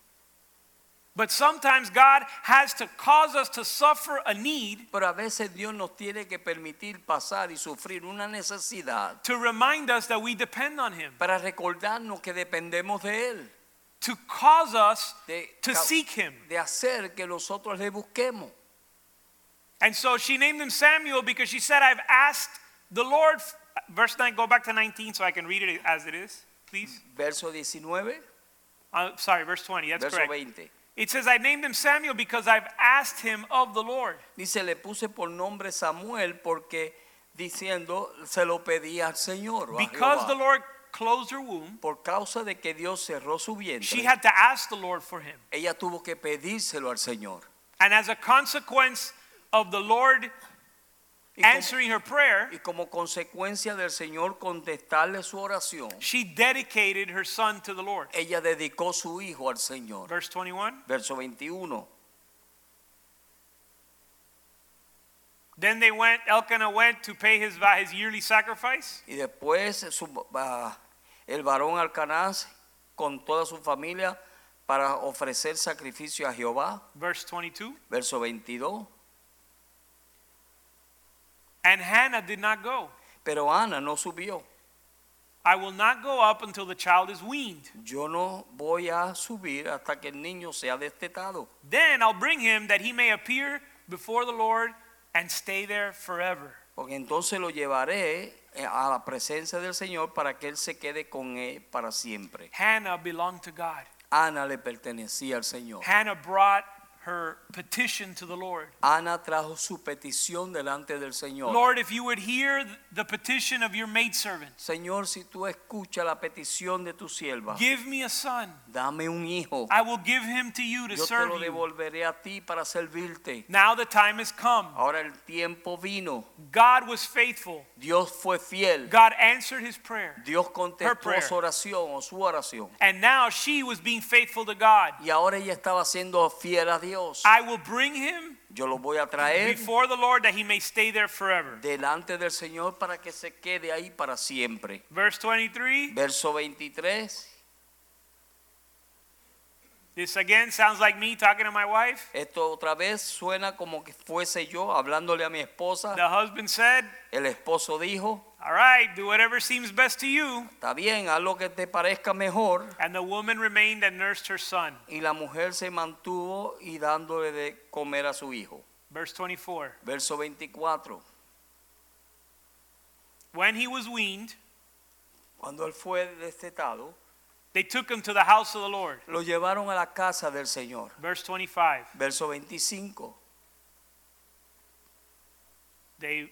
A: But sometimes God has to cause us to suffer a need
B: pero a veces Dios nos tiene que permitir pasar y sufrir una necesidad
A: to remind us that we depend on Him,
B: para recordarnos que dependemos de Él,
A: to cause us
B: de,
A: to
B: ca-
A: seek Him.
B: de hacer que nosotros le busquemos.
A: And so she named him Samuel because she said, I've asked the Lord. f- Verse 9, go back to 19 so I can read it as it is, please.
B: Verso 19,
A: Uh, sorry, verse 20. That's
B: verso
A: correct.
B: 20.
A: It says, I named him Samuel because I've asked him of the Lord.
B: Dice, le puse por nombre Samuel porque diciendo, se lo pedía al Señor. o a
A: Because
B: Jehová.
A: the Lord closed her womb,
B: Por causa de que Dios cerró su vientre,
A: she had to ask the Lord for him.
B: ella tuvo que pedírselo al Señor.
A: And as a consequence of the Lord
B: Y como-
A: answering her prayer,
B: y como consecuencia del Señor contestarle su oración,
A: she dedicated her son to the Lord.
B: ella dedicó su hijo al Señor.
A: Verse 21.
B: Verso 21.
A: Then they went, Elkanah went to pay his, vi- his yearly sacrifice.
B: Y después su- ah, el varón Alcanaz con toda su familia para ofrecer sacrificio a Jehová.
A: Verse 22.
B: Verso 22.
A: And Hannah did not go.
B: Pero Ana no subió.
A: I will not go up until the child is weaned.
B: Yo no voy a subir hasta que el niño sea destetado.
A: Then I'll bring him that he may appear before the Lord and stay there forever.
B: Porque entonces lo llevaré eh, a la presencia del Señor para que Él se quede con Él para siempre.
A: Hannah belonged to God.
B: Ana le pertenecía al Señor.
A: Hannah brought her petition to the Lord.
B: Ana trajo su petición delante del Señor.
A: Lord, if you would hear th- the petition of your maidservant,
B: Señor, si tú escuchas la petición de tu sierva,
A: give me a son.
B: dame un hijo.
A: I will give him to you to
B: Yo te
A: serve
B: lo
A: you.
B: devolveré a ti para servirte.
A: Now the time has come.
B: Ahora el tiempo vino.
A: God was faithful.
B: Dios fue fiel.
A: God answered his prayer.
B: Dios contestó
A: prayer.
B: su oración o su oración.
A: And now she was being faithful to God.
B: Y ahora ella estaba siendo fiel a Dios.
A: I will bring him
B: Yo lo voy a traer
A: before the Lord that he may stay there forever.
B: delante del Señor para que se quede ahí para siempre.
A: Verse 23,
B: Verso 23.
A: this again sounds like me talking to my wife.
B: Esto otra vez suena como que fuese yo hablándole a mi esposa.
A: The husband said,
B: El esposo dijo,
A: All right, do whatever seems best to you.
B: está bien, haz lo que te parezca mejor.
A: And the woman remained and nursed her son.
B: Y la mujer se mantuvo y dándole de comer a su hijo.
A: Verse 24,
B: Verso 24.
A: when he was weaned,
B: Cuando él fue destetado,
A: they took him to the house of the Lord.
B: lo llevaron a la casa del Señor.
A: Verse 25,
B: Verso 25.
A: they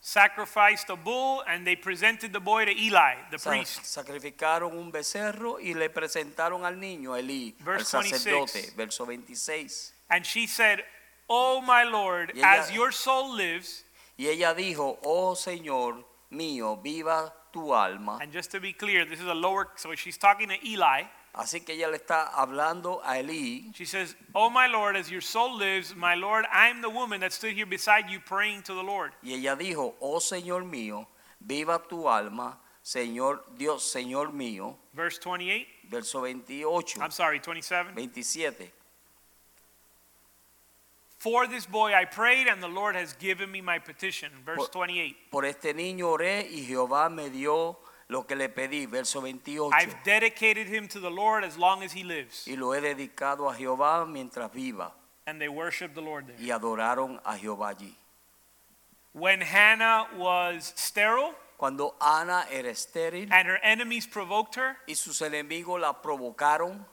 A: sacrificed a bull and they presented the boy to Eli, the
B: Sa-
A: priest.
B: sacrificaron un becerro y le presentaron al niño, a Elí, al
A: Verse
B: sacerdote.
A: 26.
B: Verso 26.
A: And she said, Oh, my Lord,
B: Y ella-
A: as your soul lives,
B: Y ella dijo, oh Señor mío, viva tu alma.
A: and just to be clear, this is a lower, so she's talking to Eli.
B: Así que ella le está hablando a Elí.
A: She says, Oh, my Lord, as your soul lives, my Lord, I'm the woman that stood here beside you praying to the Lord.
B: Y ella dijo, oh Señor mío, viva tu alma, Señor Dios, Señor mío.
A: Verse 28,
B: Verso 28,
A: I'm sorry, 27.
B: 27.
A: For this boy I prayed, and the Lord has given me my petition. Verse
B: Por-
A: 28.
B: Por este niño oré y Jehová me dio lo que le pedí. Verso 28.
A: I've dedicated him to the Lord as long as he lives.
B: Y lo he dedicado a Jehová mientras viva.
A: And they worshiped the Lord there.
B: Y adoraron a Jehová allí.
A: When Hannah was sterile
B: Cuando Ana era estéril
A: and her enemies provoked her,
B: y sus enemigos la provocaron,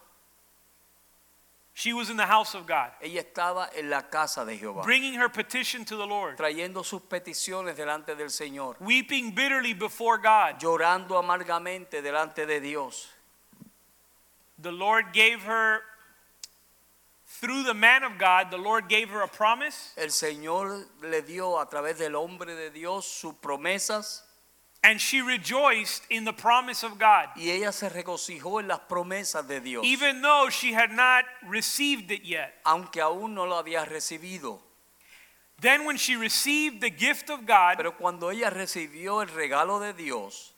A: she was in the house of God.
B: ella estaba en la casa de Jehová,
A: bringing her petition to the Lord,
B: trayendo sus peticiones delante del Señor.
A: weeping bitterly before God.
B: llorando amargamente delante de Dios.
A: The Lord gave her, through the man of God, the Lord gave her a promise,
B: El Señor le dio a través del hombre de Dios sus promesas
A: and she rejoiced in the promise of God,
B: y ella se regocijó en las promesas de Dios,
A: even though she had not received it yet.
B: aunque aún no lo había recibido.
A: Then, when she received the gift of God,
B: Pero cuando ella recibió el regalo de Dios,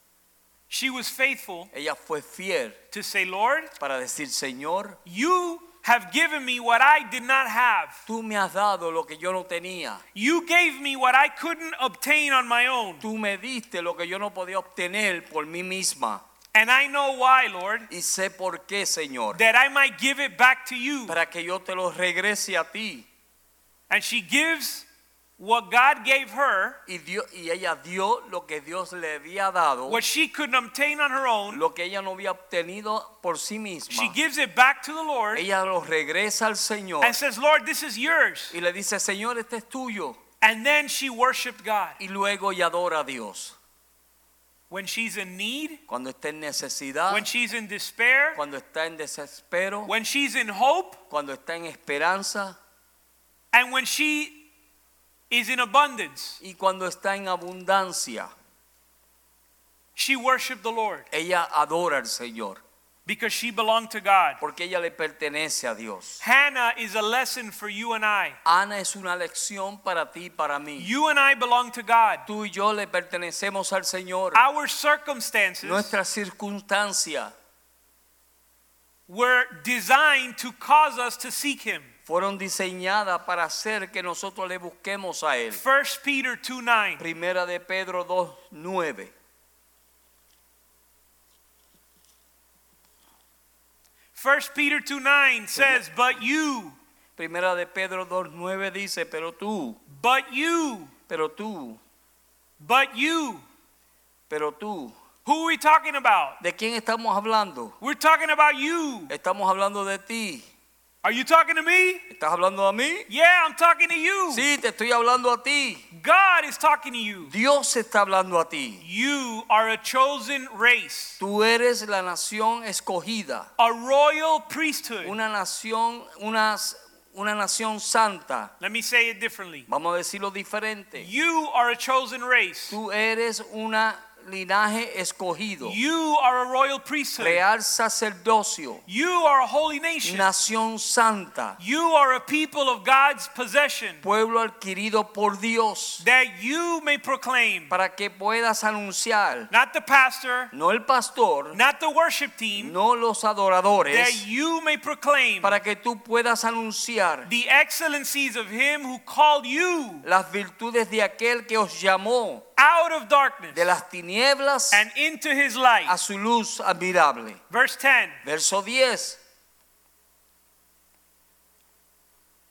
A: she was faithful
B: ella fue fiel
A: to say, Lord,
B: para decir, Señor,
A: you have given me what I did not have.
B: tú me has dado lo que yo no tenía,
A: You gave me what I couldn't obtain on my own.
B: tú me diste lo que yo no podía obtener por mí misma.
A: And I know why, Lord,
B: Y sé por qué, Señor,
A: that I might give it back to you.
B: para que yo te lo regrese a ti.
A: And she gives what God gave her,
B: y, dio- y ella dio lo que Dios le había dado,
A: what she couldn't obtain on her own.
B: lo que ella no había obtenido por sí misma.
A: She gives it back to the Lord
B: Ella lo regresa al Señor
A: and says, Lord, this is yours.
B: y le dice, Señor, este es tuyo.
A: And then she worshiped God.
B: Y luego ella adora a Dios.
A: When she's in need,
B: Cuando está en necesidad,
A: when she's in despair,
B: cuando está en desespero,
A: when she's in hope,
B: cuando está en esperanza
A: and when she is in abundance,
B: y cuando está en abundancia,
A: she worshiped the Lord
B: ella adora al Señor
A: because she belonged to God.
B: porque ella le pertenece a Dios.
A: Hannah is a lesson for you and I.
B: Ana es una lección para ti y para mí.
A: You and I belong to God.
B: Tú y yo le pertenecemos al Señor.
A: Our circumstances
B: Nuestra circunstancia
A: were designed to cause us to seek him.
B: fueron diseñadas para hacer que nosotros le busquemos a Él.
A: 1 Peter 2 9.
B: Primera de Pedro 2.9.
A: 1 Peter 2 9 says, But you,
B: Primera de Pedro 2.9 dice, pero tú,
A: but you,
B: pero tú,
A: but you.
B: pero tú.
A: Who are we talking about?
B: ¿De quién estamos hablando?
A: We're talking about you.
B: Estamos hablando de ti.
A: Are you talking to me?
B: ¿Estás hablando a mí?
A: Yeah, I'm talking to you.
B: Sí, te estoy hablando a ti.
A: God is talking to you.
B: Dios está hablando a ti.
A: You are a chosen race,
B: Tú eres la nación escogida,
A: a royal priesthood.
B: una nación, unas- una nación santa.
A: Let me say it differently.
B: Vamos a decirlo diferente.
A: You are a chosen race.
B: Tú eres una linaje escogido,
A: You are a royal priesthood.
B: real sacerdocio,
A: You are a holy nation.
B: nación santa,
A: You are a people of God's possession
B: pueblo adquirido por Dios,
A: that you may proclaim.
B: para que puedas anunciar,
A: Not the pastor,
B: no el pastor,
A: not the worship team,
B: no los adoradores,
A: that you may proclaim
B: para que tú puedas anunciar
A: the excellencies of him who called you
B: las virtudes de aquel que os llamó
A: out of darkness
B: de las tinieblas
A: and into his
B: a
A: light.
B: su luz admirable.
A: Verse 10.
B: Verso 10.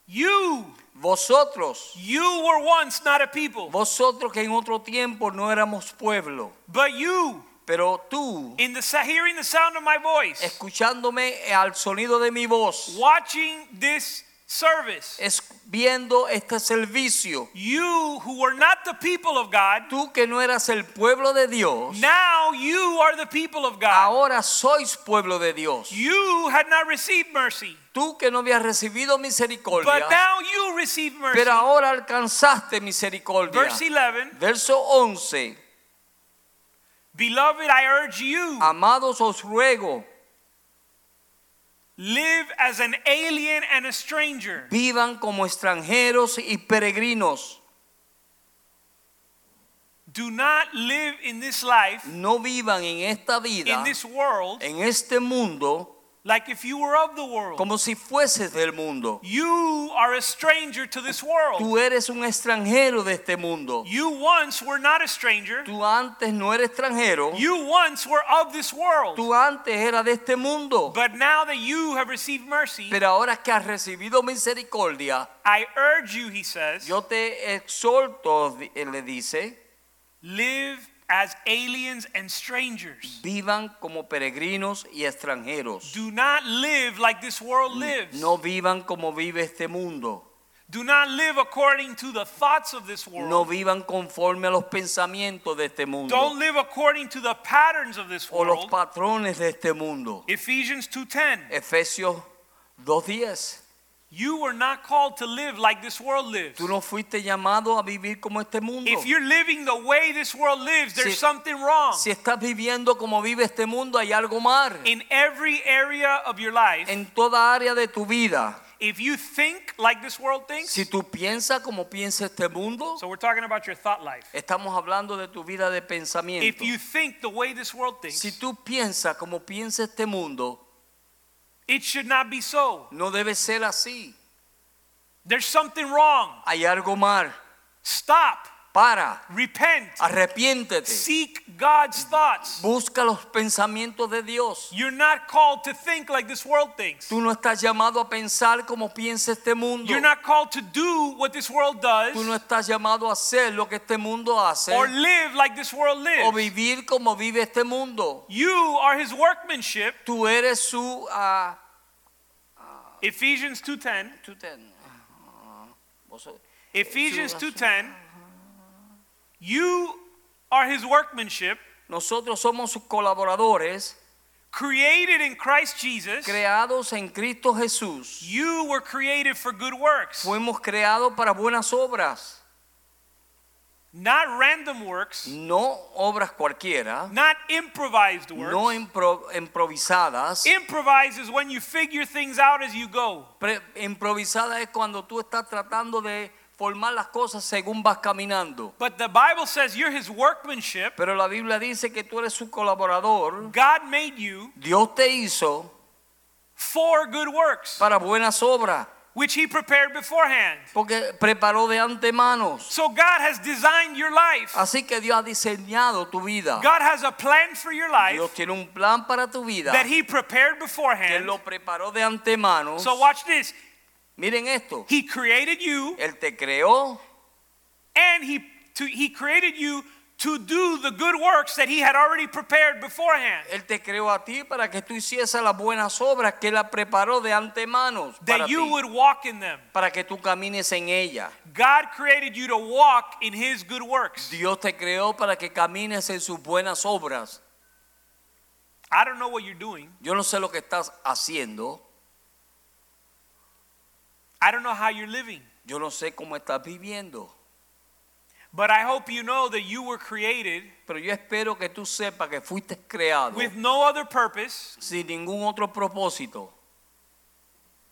A: You,
B: Vosotros,
A: you were once not a people,
B: vosotros que en otro tiempo no éramos pueblo,
A: but you,
B: pero tú,
A: in the sa- hearing the sound of my voice,
B: escuchándome al sonido de mi voz,
A: watching this service,
B: es- viendo este servicio,
A: you who were not the people of God,
B: tú que no eras el pueblo de Dios,
A: now you are the people of God.
B: ahora sois pueblo de Dios.
A: You had not received mercy,
B: Tú que no habías recibido
A: but
B: misericordia,
A: now you receive mercy.
B: pero ahora alcanzaste misericordia.
A: Verse 11
B: Verso 11.
A: Beloved, I urge you,
B: Ah. Amados os ruego,
A: live as an alien and a stranger.
B: vivan como extranjeros y peregrinos.
A: Do not live in this life,
B: No vivan en esta
A: in
B: vida,
A: this world,
B: en este mundo,
A: like if you were of the world.
B: como si fueses del mundo.
A: You are a stranger to this world.
B: Tú eres un extranjero de este mundo.
A: You once were not a stranger.
B: Tú antes no eres extranjero.
A: You once were of this world.
B: Tú antes eras de este mundo.
A: But now that you have received mercy,
B: Pero ahora que has recibido misericordia,
A: I urge you, he says,
B: yo te exhorto, di- él le dice,
A: live as aliens and strangers.
B: vivan como peregrinos y extranjeros.
A: Do not live like this world lives.
B: No vivan como vive este mundo.
A: Do not live according to the thoughts of this
B: No
A: world.
B: vivan conforme a los pensamientos de este mundo.
A: Don't live according to the patterns of this
B: o los
A: world.
B: patrones de este mundo.
A: Ephesians 2:10.
B: Efesios 2.10.
A: You were not called to live like this world lives.
B: Tú no fuiste llamado a vivir como este mundo.
A: If you're living the way this world lives, there's
B: Si-
A: something wrong.
B: Si estás viviendo como vive este mundo, hay algo mal.
A: In every area of your life,
B: En toda área de tu vida.
A: if you think like this world thinks,
B: Si tú piensas como piensa este mundo,
A: so we're talking about your thought life.
B: estamos hablando de tu vida de pensamiento.
A: If you think the way this world thinks,
B: Si tú piensas como piensa este mundo,
A: it should not be so.
B: no debe ser así.
A: There's something wrong.
B: Hay algo mal.
A: Stop.
B: Para,
A: Repent.
B: arrepiéntete.
A: Seek God's thoughts.
B: Busca los pensamientos de Dios.
A: You're not called to think like this world thinks.
B: Tú no estás llamado a pensar como piensa este mundo.
A: You're not called to do what this world does
B: Tú no estás llamado a hacer lo que este mundo hace
A: or live like this world
B: o
A: lives.
B: vivir como vive este mundo.
A: You are his workmanship.
B: Tú eres su... ah,
A: Ephesians 2:10.
B: tú te- ah, vos-
A: Ephesians
B: Su-
A: 2:10 You are his workmanship
B: Nosotros somos sus colaboradores,
A: created in Christ Jesus
B: creados en Cristo Jesús.
A: you were created for good works
B: Fuimos creados para buenas obras,
A: not random works
B: no obras cualquiera,
A: not improvised
B: no
A: works
B: impro- improvisadas.
A: improvise is when you figure things out as you go
B: Pre- improvisada es cuando tú estás tratando de formar las cosas según vas caminando.
A: but the Bible says you're his workmanship
B: Pero la Biblia dice que tú eres su colaborador.
A: God made you
B: Dios te hizo
A: for good works
B: para buenas obras,
A: which he prepared beforehand
B: porque preparó de antemano.
A: so God has designed your life
B: Así que Dios ha diseñado tu vida.
A: God has a plan for your
B: Dios
A: life
B: tiene un plan para tu vida.
A: that he prepared
B: Que
A: beforehand
B: lo preparó de antemano.
A: So watch this.
B: Miren esto.
A: He created you
B: Él te creó
A: and he to, he created you to do the good works that he had already prepared beforehand.
B: Él te creó a ti para que tú hicieses las buenas obras que Él la preparó de antemano para
A: That you
B: ti,
A: would walk in them.
B: para que tú camines en ella.
A: God created you to walk in his good works.
B: Dios te creó para que camines en sus buenas obras.
A: I don't know what you're doing.
B: Yo no sé lo que estás haciendo,
A: I don't know how you're living.
B: yo no sé cómo estás viviendo,
A: But I hope you know that you were created
B: pero yo espero que tú sepas que fuiste creado
A: with no other purpose
B: sin ningún otro propósito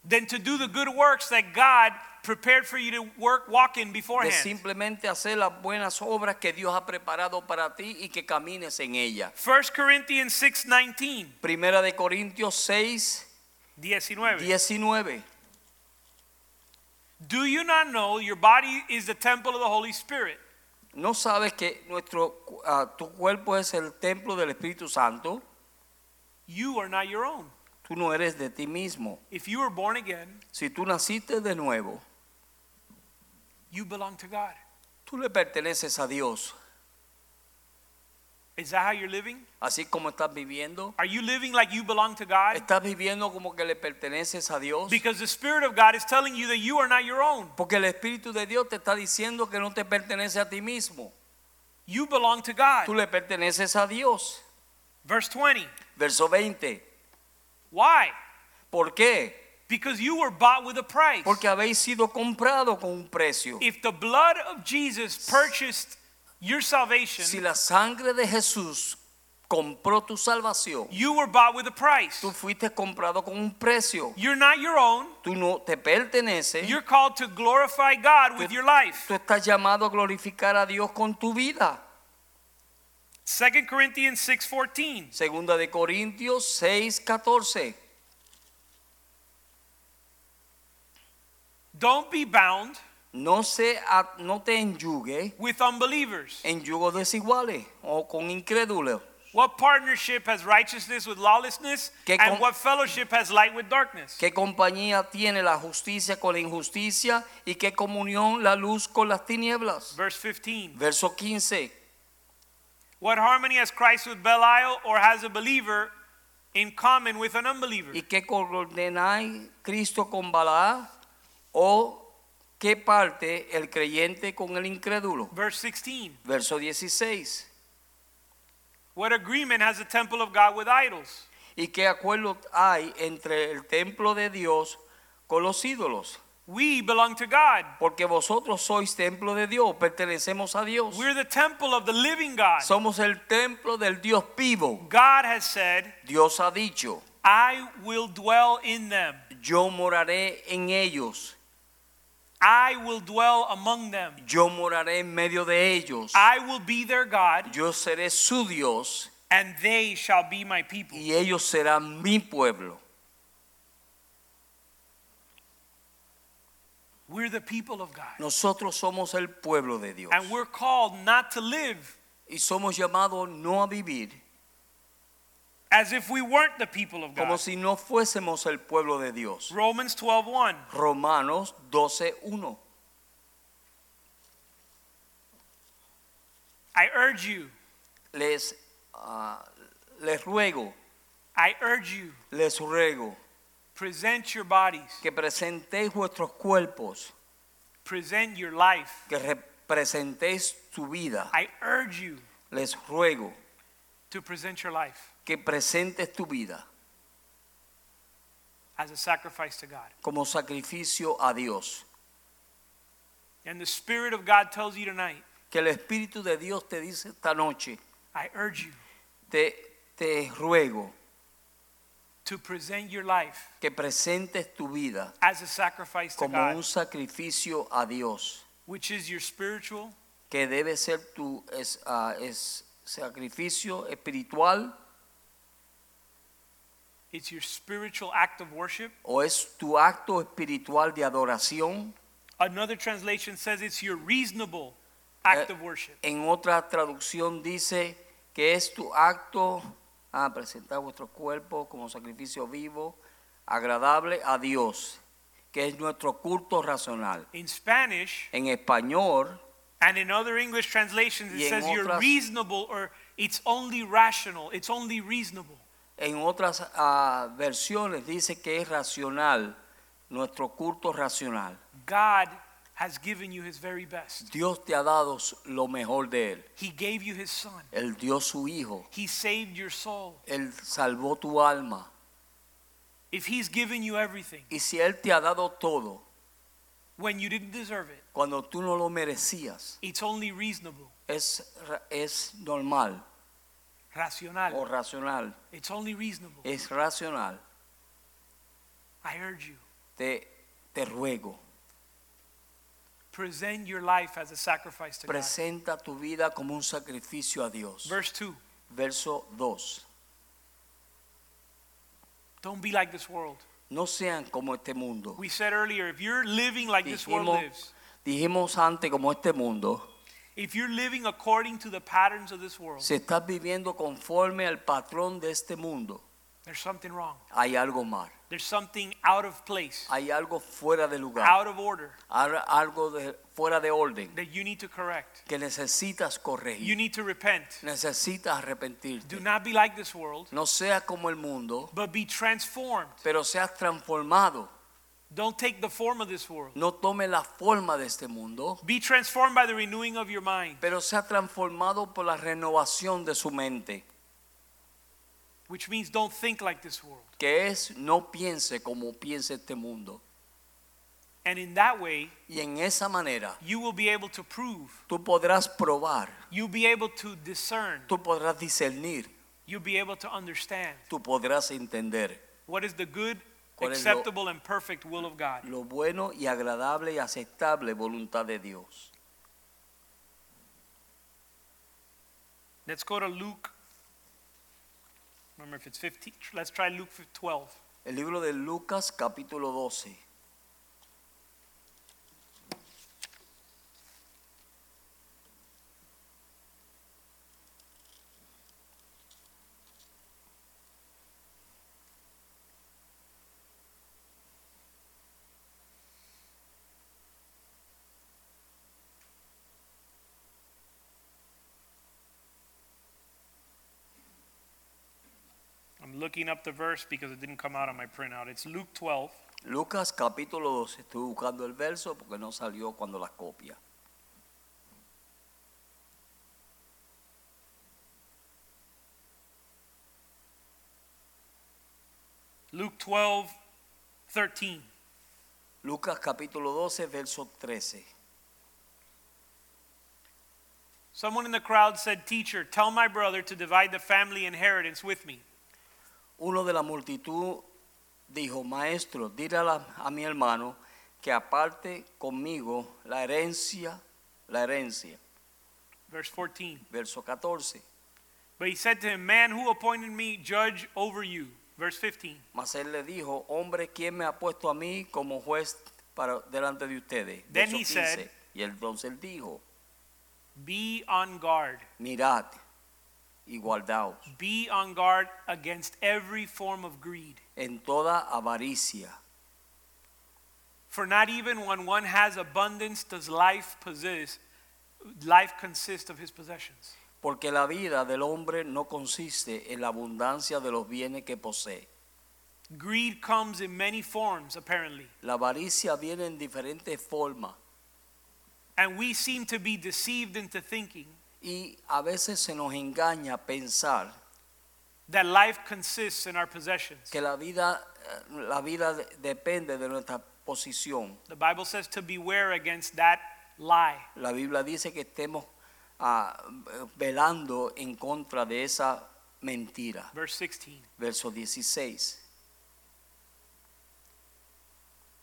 A: than to do the good works that God prepared for you to work walk in
B: de
A: beforehand.
B: simplemente hacer las buenas obras que Dios ha preparado para ti y que camines en ella.
A: 1 Corinthians 6:19.
B: Primera de Corintios 6,
A: 19.
B: 19.
A: Do you not know your body is the temple of the Holy Spirit?
B: ¿No sabes que nuestro, cu- ah, tu cuerpo es el templo del Espíritu Santo?
A: You are not your own.
B: Tú no eres de ti mismo.
A: If you were born again,
B: Si tú naciste de nuevo,
A: you belong to God.
B: tú le perteneces a Dios.
A: Is that how you're living?
B: Así como estás viviendo,
A: Are you living like you belong to God?
B: estás viviendo como que le perteneces a Dios.
A: Because the Spirit of God is telling you that you are not your own.
B: Porque el Espíritu de Dios te está diciendo que no te pertenece a ti mismo.
A: You belong to
B: Tú
A: God.
B: le perteneces a Dios.
A: Verse 20.
B: Verso 20.
A: Why?
B: ¿Por qué?
A: Because you were bought with a price.
B: Porque habéis sido comprado con un precio.
A: If the blood of Jesus purchased your
B: Si
A: salvation,
B: la sangre de Jesús compró tu salvación,
A: you were bought with a price.
B: tú fuiste comprado con un precio.
A: You're not your own.
B: Tú no te perteneces.
A: You're called to glorify God with your life.
B: Tú estás llamado a glorificar a Dios con tu vida.
A: 2 Corinthians 6:14.
B: Segunda de Corintios 6, 14.
A: Don't be bound
B: No, se, a- no te enyugue
A: with unbelievers.
B: en yugos desiguales o con incrédulos.
A: What partnership has righteousness with lawlessness?
B: Que
A: and
B: con-
A: what fellowship has light with darkness?
B: ¿Qué compañía tiene la justicia con la injusticia y qué comunión la luz con las tinieblas?
A: Verse 15.
B: Verso 15.
A: What harmony has Christ with Belial or has a believer in common with an unbeliever?
B: ¿Y qué coordenáis Cristo con Balaá? ¿O qué parte el creyente con el incrédulo?
A: Verse 16.
B: Verso 16.
A: What agreement has the temple of God with idols?
B: ¿Y qué acuerdo hay entre el templo de Dios con los ídolos?
A: We belong to God.
B: Porque vosotros sois templo de Dios, pertenecemos a Dios.
A: We're the temple of the living God.
B: Somos el templo del Dios vivo.
A: God has said,
B: Dios ha dicho,
A: I will dwell in them.
B: yo moraré en ellos,
A: I will dwell among them.
B: yo moraré en medio de ellos.
A: I will be their God,
B: Yo seré su Dios
A: and they shall be my people.
B: y ellos serán mi pueblo.
A: We're the people of God.
B: Nosotros somos el pueblo de Dios
A: And we're called not to live
B: y somos llamados no a vivir
A: as if we weren't the people of
B: como
A: God.
B: si no fuésemos el pueblo de Dios.
A: Romans 12:1.
B: Romanos 12.1.
A: I urge you,
B: Les, ah, les ruego,
A: I urge you,
B: les ruego
A: present your bodies,
B: que presentéis vuestros cuerpos,
A: present your life.
B: que representéis tu vida.
A: I urge you
B: Les ruego
A: to present your life
B: que presentes tu vida
A: as a sacrifice to God.
B: como sacrificio a Dios.
A: And the spirit of God tells you tonight,
B: Que el Espíritu de Dios te dice esta noche,
A: I urge you
B: te, te ruego
A: to present your life
B: que presentes tu vida
A: as a sacrifice to
B: como un
A: God,
B: sacrificio a Dios,
A: which is your spiritual,
B: que debe ser tu es, ah, es sacrificio espiritual
A: it's your spiritual act of worship.
B: o es tu acto espiritual de adoración.
A: Another translation says it's your reasonable act
B: Eh,
A: of worship.
B: En otra traducción dice que es tu acto a presentar vuestro cuerpo como sacrificio vivo, agradable a Dios, que es nuestro culto racional.
A: In Spanish,
B: En español,
A: And in other English translations,
B: Y
A: it
B: en
A: says you're
B: otras-
A: reasonable or it's only rational, it's only reasonable.
B: En otras ah, versiones dice que es racional, nuestro culto racional.
A: God has given you his very best.
B: Dios te ha dado lo mejor de Él.
A: He gave you his son.
B: Él dio su Hijo.
A: He saved your soul.
B: Él salvó tu alma.
A: If he's given you everything
B: Y si Él te ha dado todo,
A: when you didn't deserve it,
B: cuando tú no lo merecías,
A: it's only reasonable,
B: es, ra- es normal o
A: racional.
B: racional.
A: It's only reasonable.
B: Es racional.
A: I urge you,
B: Te, te ruego,
A: present your life as a sacrifice to God.
B: presenta tu vida como un sacrificio a Dios.
A: Verse 2.
B: Verso 2.
A: Don't be like this world.
B: No sean como este mundo.
A: We said earlier, if you're living like this world
B: Dijimos-
A: lives,
B: Dijimos antes como este mundo.
A: if you're living according to the patterns of this world,
B: Si estás viviendo conforme al patrón de este mundo,
A: there's something wrong.
B: hay algo mal,
A: There's something out of place,
B: hay algo fuera de lugar,
A: out of order
B: al- algo de- fuera de orden
A: that you need to correct.
B: que necesitas
A: You
B: corregir,
A: need to repent.
B: necesitas
A: Do
B: arrepentirte.
A: not be like this world,
B: No seas como el mundo,
A: but be transformed.
B: pero seas transformado.
A: Don't take the form of this world.
B: No tome la forma de este mundo,
A: Be transformed by the renewing of your mind,
B: pero sea transformado por la renovación de su mente,
A: which means don't think like this world.
B: que es no piense como piensa este mundo.
A: And in that way,
B: Y en esa manera
A: you will be able to prove,
B: tú podrás probar,
A: you'll be able to discern,
B: tú podrás discernir,
A: you'll be able to understand
B: tú podrás entender.
A: what is the good,
B: ¿Cuál es lo-
A: acceptable, and perfect will of God.
B: lo bueno y agradable y aceptable voluntad de Dios.
A: Let's go to Luke. Remember if it's 15, let's try Luke 12.
B: El libro de Lucas capítulo 12,
A: I'm looking up the verse because it didn't come out on my printout. It's Luke 12,
B: Lucas capítulo 12, estoy buscando el verso porque no salió cuando la copia.
A: Luke 12, 13.
B: Lucas capítulo 12, verso 13.
A: Someone in the crowd said, Teacher, tell my brother to divide the family inheritance with me.
B: Uno de la multitud dijo, maestro, dile a, la- a mi hermano que aparte conmigo la herencia, la herencia.
A: Verse 14.
B: Verso 14.
A: But he said to him, Man, who appointed me judge over you? Verse 15.
B: Mas él le dijo, hombre, ¿quién me ha puesto a mí como juez para, delante de ustedes?
A: Then
B: Verso
A: he said-
B: 15. y entonces él dijo,
A: Be on guard.
B: mirad y guardaos
A: Be on guard against every form of greed.
B: en toda avaricia,
A: For not even when one has abundance does life possess life consist of his possessions.
B: porque la vida del hombre no consiste en la abundancia de los bienes que posee.
A: Greed comes in many forms apparently,
B: La avaricia viene en diferentes formas
A: and we seem to be deceived into thinking
B: y a veces se nos engaña pensar
A: that life consists in our possessions.
B: que la vida, eh, la vida de- depende de nuestra posición.
A: The Bible says to beware against that lie.
B: La Biblia dice que estemos ah, velando en contra de esa mentira.
A: Verse 16.
B: Verso 16.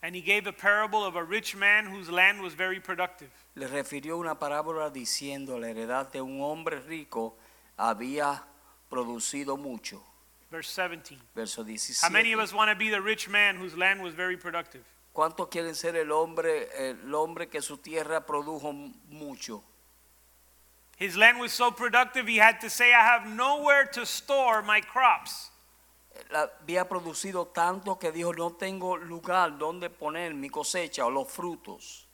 A: And he gave a parable of a rich man whose land was very productive.
B: le refirió una parábola diciendo la heredad de un hombre rico había producido mucho.
A: Verse 17.
B: Verso
A: How many
B: 17.
A: of us want to be the rich man whose land was very productive?
B: ¿Cuántos quieren ser el hombre, el hombre que su tierra produjo mucho?
A: His land was so productive, he had to say, I have nowhere to store my crops.
B: La- había producido tanto que dijo no tengo lugar donde poner mi cosecha o los frutos.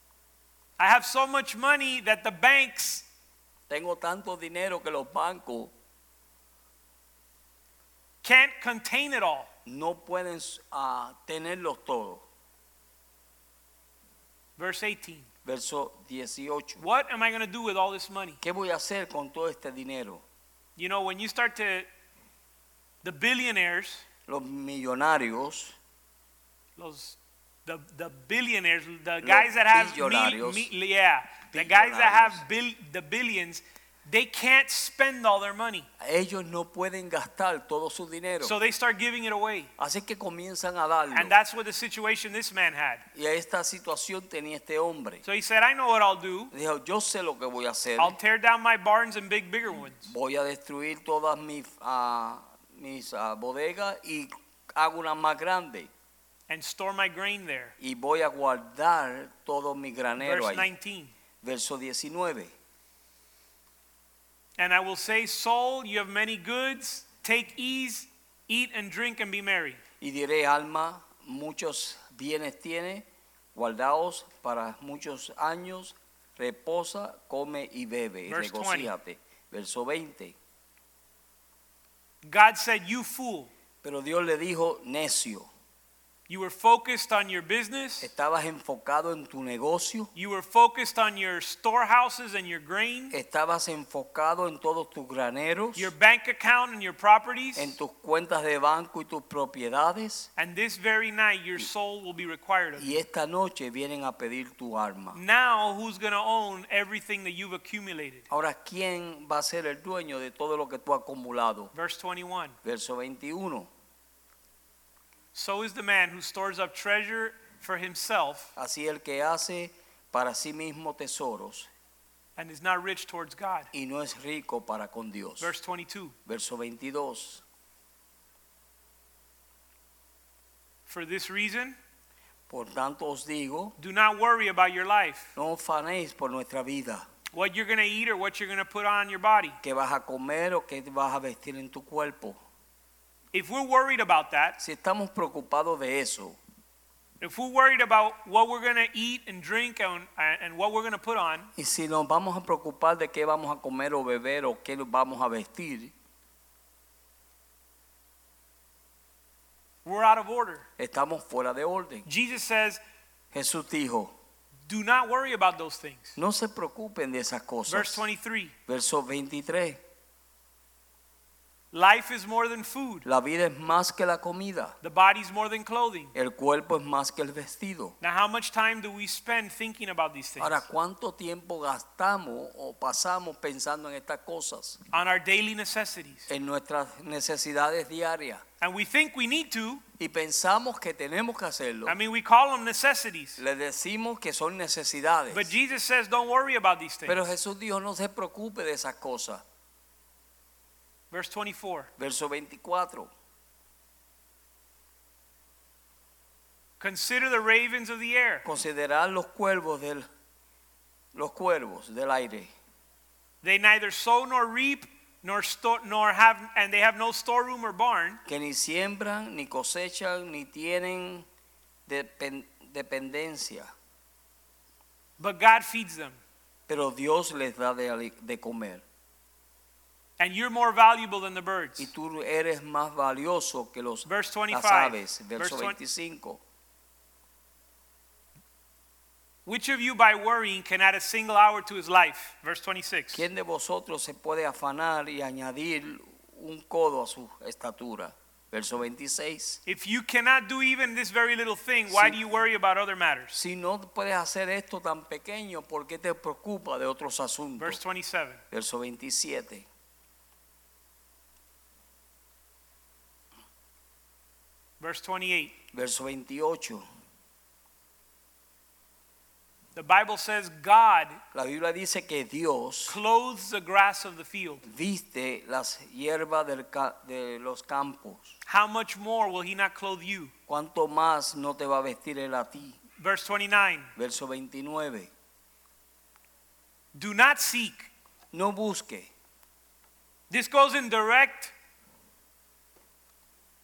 A: I have so much money that the banks
B: Tengo tanto dinero que los bancos
A: can't contain it all.
B: no pueden ah, tenerlos todos.
A: Verse 18.
B: Verso 18.
A: What am I going to do with all this money?
B: ¿Qué voy a hacer con todo este dinero?
A: You know, when you start to, the billionaires,
B: Los millonarios
A: los, the, the billionaires, the
B: Los
A: guys that have, mil-
B: billonarios.
A: mi- yeah, the guys that
B: Billonarios.
A: have bil, the billions, they can't spend all their money.
B: Ellos no pueden gastar todo su dinero.
A: So they start giving it away.
B: Así que comienzan a darlo.
A: And that's what the situation this man had.
B: y a esta situación tenía este hombre.
A: So he said, I know what I'll do.
B: Dijo, yo sé lo que voy a hacer.
A: I'll tear down my barns and big bigger ones.
B: Voy a destruir todas mis, ah, mis ah, bodegas y hago una más grande.
A: and store my grain there.
B: Y voy a guardar todo mi granero
A: Verse
B: ahí.
A: 19.
B: Verso 19.
A: And I will say, Soul, you have many goods. Take ease, eat and drink and be merry.
B: Y diré, alma, muchos bienes tiene, guardaos para muchos años, reposa, come y bebe, y
A: Verse 20.
B: regocíjate. Verso 20.
A: God said, You fool,
B: Pero Dios le dijo, necio,
A: you were focused on your business,
B: estabas enfocado en tu negocio,
A: you were focused on your storehouses and your grain,
B: estabas enfocado en todos tus graneros,
A: your bank account and your properties.
B: en tus cuentas de banco y tus propiedades,
A: And this very night, your soul will be required of you.
B: y esta noche vienen a pedir tu alma.
A: Now, who's going to own everything that you've accumulated?
B: Ahora, ¿quién va a ser el dueño de todo lo que tú has acumulado?
A: Verse 21.
B: Verso 21.
A: So is the man who stores up treasure for himself
B: Así el que hace para sí mismo tesoros
A: and is not rich towards God.
B: y no es rico para con Dios.
A: Verse 22.
B: Verso 22.
A: For this reason,
B: Por tanto os digo,
A: do not worry about your life,
B: no fanéis por nuestra vida,
A: what you're going to eat or what you're going to put on your body.
B: qué vas a comer o qué vas a vestir en tu cuerpo.
A: If we're worried about that,
B: Si estamos preocupados de eso,
A: if we're worried about what we're going to eat and drink and, and what we're going to put on,
B: y si nos vamos a preocupar de qué vamos a comer o beber o qué nos vamos a vestir,
A: we're out of order.
B: estamos fuera de orden.
A: Jesus says,
B: Jesús dijo,
A: do not worry about those things.
B: no se preocupen de esas
A: Verse
B: cosas.
A: 23
B: Verso 23.
A: Life is more than food,
B: La vida es más que la comida,
A: the body's more than clothing.
B: el cuerpo es más que el vestido.
A: Now, how much time do we spend thinking about these things?
B: Ahora, ¿cuánto tiempo gastamos o pasamos pensando en estas cosas?
A: On our daily necessities.
B: En nuestras necesidades diarias.
A: And we think we need to.
B: Y pensamos que tenemos que hacerlo.
A: I mean, we call them necessities.
B: Le decimos que son necesidades.
A: But Jesus says, don't worry about these things.
B: Pero Jesús dijo, no se preocupe de esas cosas.
A: Verse 24.
B: Verso 24.
A: Consider the ravens of the air.
B: Considerad los cuervos del, los cuervos del aire,
A: They neither sow nor reap, nor store, nor have, and they have no storeroom or barn,
B: que ni siembran, ni cosechan, ni tienen depen- dependencia.
A: but God feeds them.
B: Pero Dios les da de ali- de comer.
A: And you're more valuable than the birds.
B: y tú eres más valioso que los
A: Verse
B: las
A: 25.
B: aves.
A: Verse
B: Verso e
A: 20
B: 25.
A: Which of you, by worrying, can add a single hour to his life? Verse 26.
B: ¿Quién de vosotros se puede afanar y añadir un codo a su estatura? Verso 26.
A: If you cannot do even this very little thing, why
B: Sí.
A: do you worry about other matters?
B: Si no puedes hacer esto tan pequeño, ¿por qué te preocupa de otros
A: Verse
B: asuntos?
A: 27.
B: Verso 27.
A: Verse 28.
B: Verso 28.
A: The Bible says God
B: La Biblia dice que Dios
A: clothes the grass of the field.
B: viste las hierbas del ca- de los campos.
A: How much more will he not clothe you?
B: ¿Cuánto más no te va a vestir él a ti?
A: Verse 29.
B: Verso 29.
A: Do not seek.
B: No busque
A: This goes in direct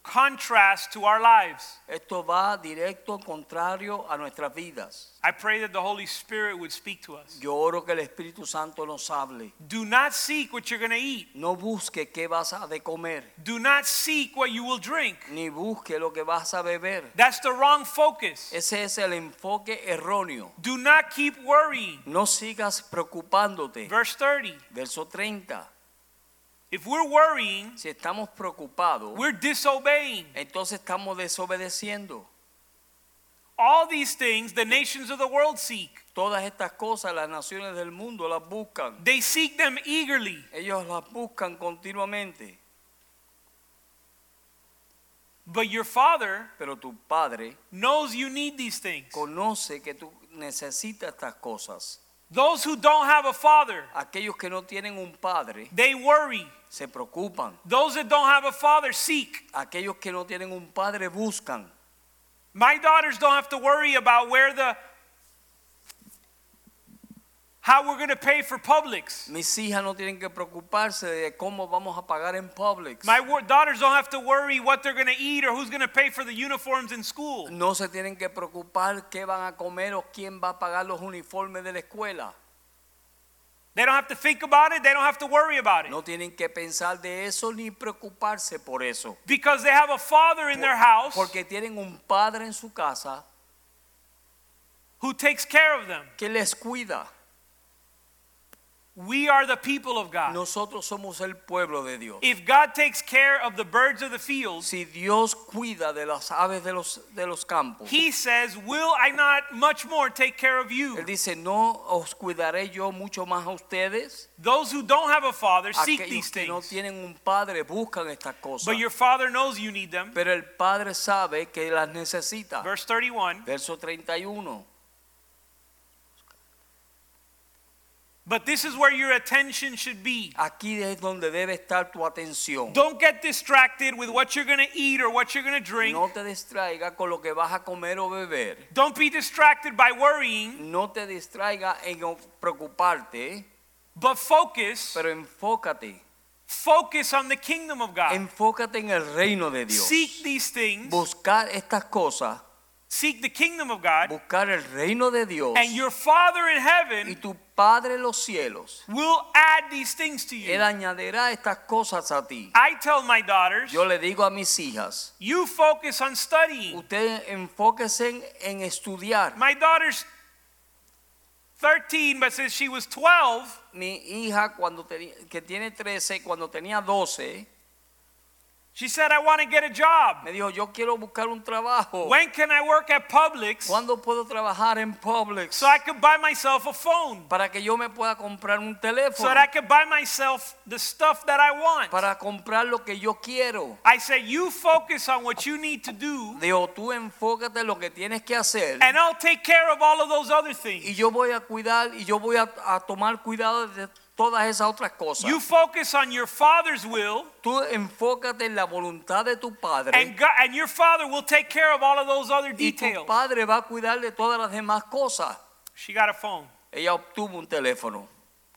A: contrast to our lives.
B: Esto va directo contrario a nuestras vidas.
A: I pray that the Holy Spirit would speak to us.
B: Yo oro que el Espíritu Santo nos hable.
A: Do not seek what you're going to eat.
B: No busque qué vas a de comer,
A: Do not seek what you will drink.
B: ni busque lo que vas a beber.
A: That's the wrong focus.
B: Ese es el enfoque erróneo.
A: Do not keep worrying.
B: No sigas preocupándote.
A: Verse 30.
B: Verso 30.
A: If we're worrying,
B: Si estamos preocupados,
A: we're disobeying.
B: entonces estamos desobedeciendo.
A: All these things the nations of the world seek.
B: Todas estas cosas las naciones del mundo las buscan.
A: They seek them eagerly,
B: Ellos las buscan continuamente.
A: but your Father
B: Pero tu Padre
A: knows you need these things.
B: conoce que tú necesitas estas cosas.
A: Those who don't have a father,
B: Aquellos que no tienen un Padre
A: they worry.
B: se preocupan.
A: Those that don't have a father seek.
B: Aquellos que no tienen un Padre buscan.
A: My daughters don't have to worry about where the how we're going to pay for Publix.
B: Mis hijas no tienen que preocuparse de cómo vamos a pagar en Publix.
A: My wor- daughters don't have to worry what they're going to eat or who's going to pay for the uniforms in school.
B: No se tienen que preocupar qué van a comer o quién va a pagar los uniformes de la escuela.
A: They don't have to think about it. They don't have to worry about it
B: No tienen que pensar de eso ni preocuparse por eso.
A: because they have a father in their house
B: Porque tienen un padre en su casa
A: who takes care of them.
B: que les cuida.
A: We are the people of God.
B: Nosotros somos el pueblo de Dios.
A: If God takes care of the birds of the field,
B: Si Dios cuida de las aves de los, de los campos,
A: He says, Will I not much more take care of you?
B: Él dice, ¿no os cuidaré yo mucho más a ustedes?
A: Those who don't have a father seek these
B: Aquellos que no
A: things.
B: tienen un padre buscan estas cosas.
A: But your father knows you need them.
B: Pero el padre sabe que las necesita.
A: Verse 31
B: Verso 31.
A: But this is where your attention should be.
B: Aquí es donde debe estar tu atención.
A: Don't get distracted with what you're going to eat or what you're going to drink.
B: No te distraiga con lo que vas a comer o beber.
A: Don't be distracted by worrying,
B: No te distraiga en o- preocuparte,
A: but focus.
B: pero enfócate.
A: Focus on the kingdom of God.
B: Enfócate en el reino de Dios.
A: Ah. Seek these things.
B: Buscar estas cosas,
A: Seek the kingdom of God.
B: buscar el reino de Dios
A: And your Father in
B: y
A: heaven
B: tu Padre en los cielos.
A: will add these things to
B: Él
A: you.
B: añadirá estas cosas a ti.
A: I tell my daughters,
B: Yo le digo a mis hijas,
A: you focus on studying.
B: ustedes enfóquense en estudiar.
A: My daughter's 13, but since she was 12,
B: Mi hija cuando tenía, que tiene 13, cuando tenía 12,
A: she said, I want to get a job.
B: me dijo, yo quiero buscar un trabajo.
A: When can I work at Publix
B: ¿Cuándo puedo trabajar en Publix?
A: so I could buy myself a phone?
B: para que yo me pueda comprar un
A: So
B: teléfono.
A: that I could buy myself the stuff that I want.
B: para comprar lo que yo quiero.
A: I said, you focus on what you need to do,
B: Digo, tú enfócate en lo que tienes que hacer.
A: and I'll take care of all of those other
B: y
A: things.
B: yo voy a cuidar y yo voy a, a tomar cuidado de todas esas otras cosas.
A: You focus on your Father's will,
B: tú enfócate en la voluntad de tu padre.
A: and, God, and your Father will take care of all of those other
B: y tu
A: details.
B: padre va a cuidar de todas las demás cosas.
A: She got a phone,
B: Ella obtuvo un teléfono.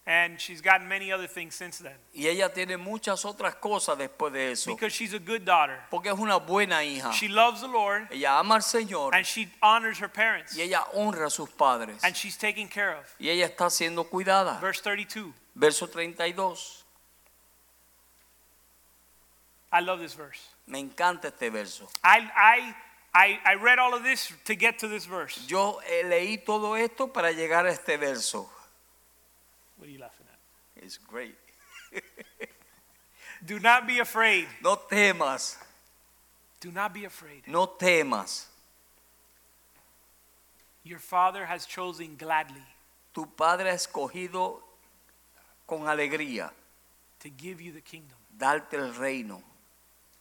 A: and she's gotten many other things since then
B: Y ella tiene muchas otras cosas después de eso.
A: because she's a good daughter.
B: porque es una buena hija.
A: She loves the Lord
B: ella ama al Señor
A: and she honors her parents
B: y ella honra a sus padres.
A: and she's taken care of.
B: y ella está siendo cuidada.
A: Verse 32.
B: Verso 32.
A: I love this verse.
B: Me encanta este verso.
A: I, I, I, I read all of this to get to this verse.
B: Yo eh, leí todo esto para llegar a este verso.
A: What are you laughing at?
B: It's great.
A: Do not be afraid.
B: No temas,
A: Do not be afraid.
B: no temas.
A: Your father has chosen gladly
B: Tu Padre ha escogido con alegría
A: to give you the kingdom.
B: darte el reino.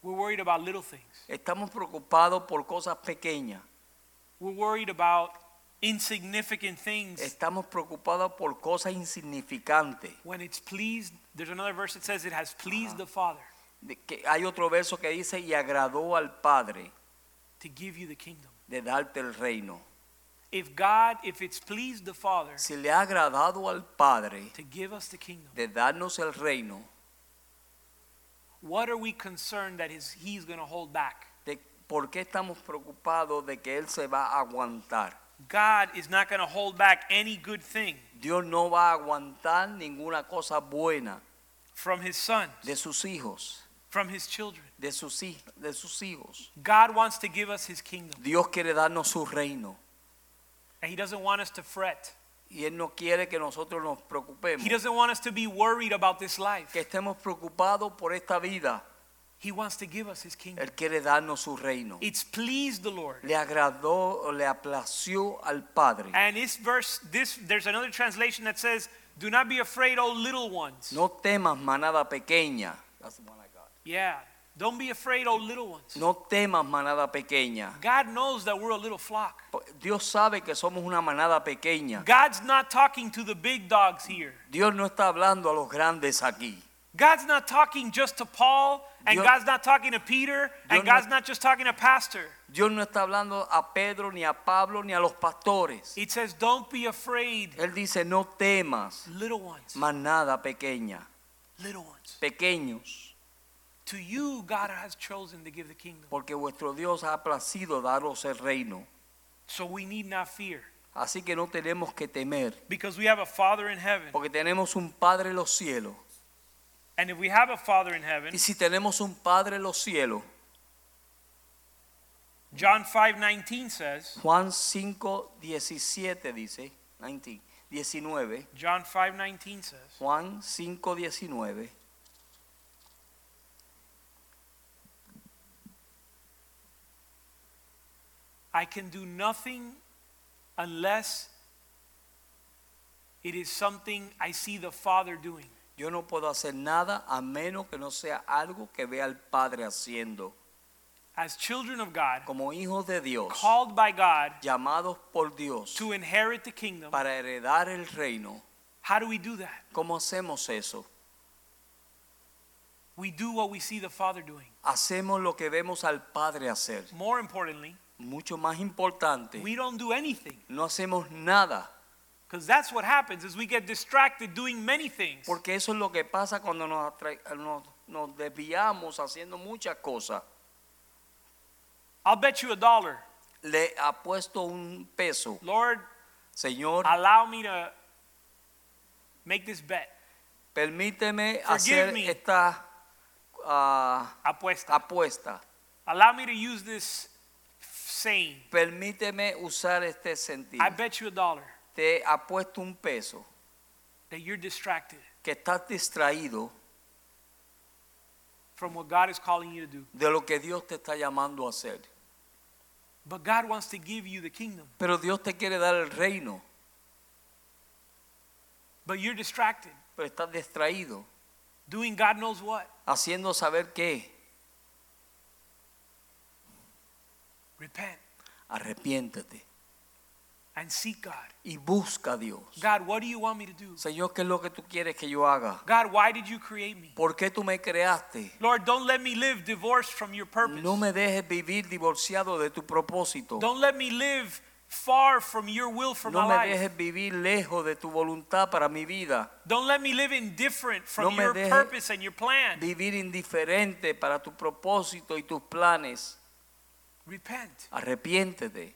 A: We're worried about little things.
B: Estamos preocupados por cosas pequeñas.
A: We're worried about insignificant things.
B: Estamos preocupados por cosas insignificantes.
A: When it's pleased, there's another verse that says it has pleased the Father
B: De que hay otro verso que dice, y agradó al Padre
A: to give you the kingdom.
B: de darte el reino.
A: If God, if it's pleased the Father
B: Si le ha agradado al Padre
A: to give us the kingdom,
B: de darnos el reino,
A: What are we concerned that his, he's going to hold back?
B: de por qué estamos preocupados de que Él se va a aguantar.
A: God is not going to hold back any good thing
B: Dios no va a aguantar ninguna cosa buena
A: from his son,
B: de sus hijos,
A: from his children.
B: de sus, hij- de sus hijos.
A: God wants to give us his kingdom,
B: Dios quiere darnos su reino
A: and he doesn't want us to fret.
B: y Él no quiere que nosotros nos
A: He
B: preocupemos,
A: doesn't want us to be worried about this life.
B: que estemos preocupados por esta vida.
A: He wants to give us his kingdom.
B: Él quiere darnos su reino.
A: It's pleased the Lord.
B: Le agradó, le aplació al Padre.
A: And this verse, this there's another translation that says, "Do not be afraid, O little ones."
B: No temas manada pequeña. That's the one I got.
A: Yeah. Don't be afraid, O little ones.
B: No temas manada pequeña.
A: God knows that we're a little flock.
B: Dios sabe que somos una manada pequeña.
A: God's not talking to the big dogs here.
B: Dios no está hablando a los grandes aquí.
A: God's not talking just to Paul, and
B: Dios-
A: God's not talking to Peter,
B: Dios
A: and
B: no-
A: God's not just talking to pastor.
B: Dios no está hablando a Pedro, ni a Pablo, ni a los pastores.
A: It says, "Don't be afraid,
B: Él dice, no temas,
A: little ones,
B: manada pequeña,
A: little ones."
B: pequeños,
A: To you, God has chosen to give the kingdom.
B: porque vuestro Dios ha placido daros el reino.
A: So we need not fear
B: Así que no tenemos que temer,
A: because we have a Father in heaven.
B: porque tenemos un Padre en los cielos.
A: And if we have a Father in heaven,
B: Y si tenemos un Padre en los cielos,
A: John 5:19 says,
B: Juan 5, 17 dice, 19, 19,
A: John 5:19 says,
B: Juan 5, 19.
A: I can do nothing unless it is something I see the Father doing.
B: Yo no puedo hacer nada a menos que no sea algo que vea al Padre haciendo.
A: As children of God,
B: Como hijos de Dios,
A: called by God
B: llamados por Dios
A: to inherit the kingdom,
B: para heredar el reino,
A: how do we do that?
B: ¿cómo hacemos eso?
A: We do what we see the Father doing.
B: Hacemos lo que vemos al Padre hacer.
A: More importantly,
B: Mucho más importante,
A: we don't do anything
B: no hacemos nada,
A: because that's what happens is we get distracted doing many things.
B: porque eso es lo que pasa cuando nos, atra- nos- nos desviamos haciendo muchas cosas.
A: I'll bet you a dollar.
B: Le apuesto un peso,
A: Lord,
B: Señor,
A: allow me to make this bet.
B: permíteme
A: Forgive
B: hacer
A: me.
B: esta ah,
A: Apuesta.
B: apuesta.
A: Allow me to use this saying.
B: Permíteme usar este sentido.
A: I bet you a dollar
B: Te apuesto un peso
A: that you're distracted
B: que estás distraído
A: from what God is calling you to do.
B: de lo que Dios te está llamando a hacer.
A: But God wants to give you the kingdom,
B: Pero Dios te quiere dar el reino,
A: but you're distracted
B: pero estás distraído
A: doing God knows what.
B: haciendo saber qué.
A: Repent
B: Arrepiéntete
A: and seek God.
B: y busca a Dios.
A: God, what do you want me to do?
B: Señor, ¿qué es lo que tú quieres que yo haga?
A: God, why did you create me?
B: ¿Por qué tú me creaste?
A: Lord, don't let me live divorced from your purpose.
B: No me dejes vivir divorciado de tu propósito.
A: Don't let me live far from your will for
B: No
A: my
B: me
A: life.
B: dejes vivir lejos de tu voluntad para mi vida.
A: Don't let me live indifferent
B: No
A: from
B: me
A: your
B: deje-
A: purpose and your plan.
B: vivir indiferente para tu propósito y tus planes,
A: Repent.
B: arrepiéntete.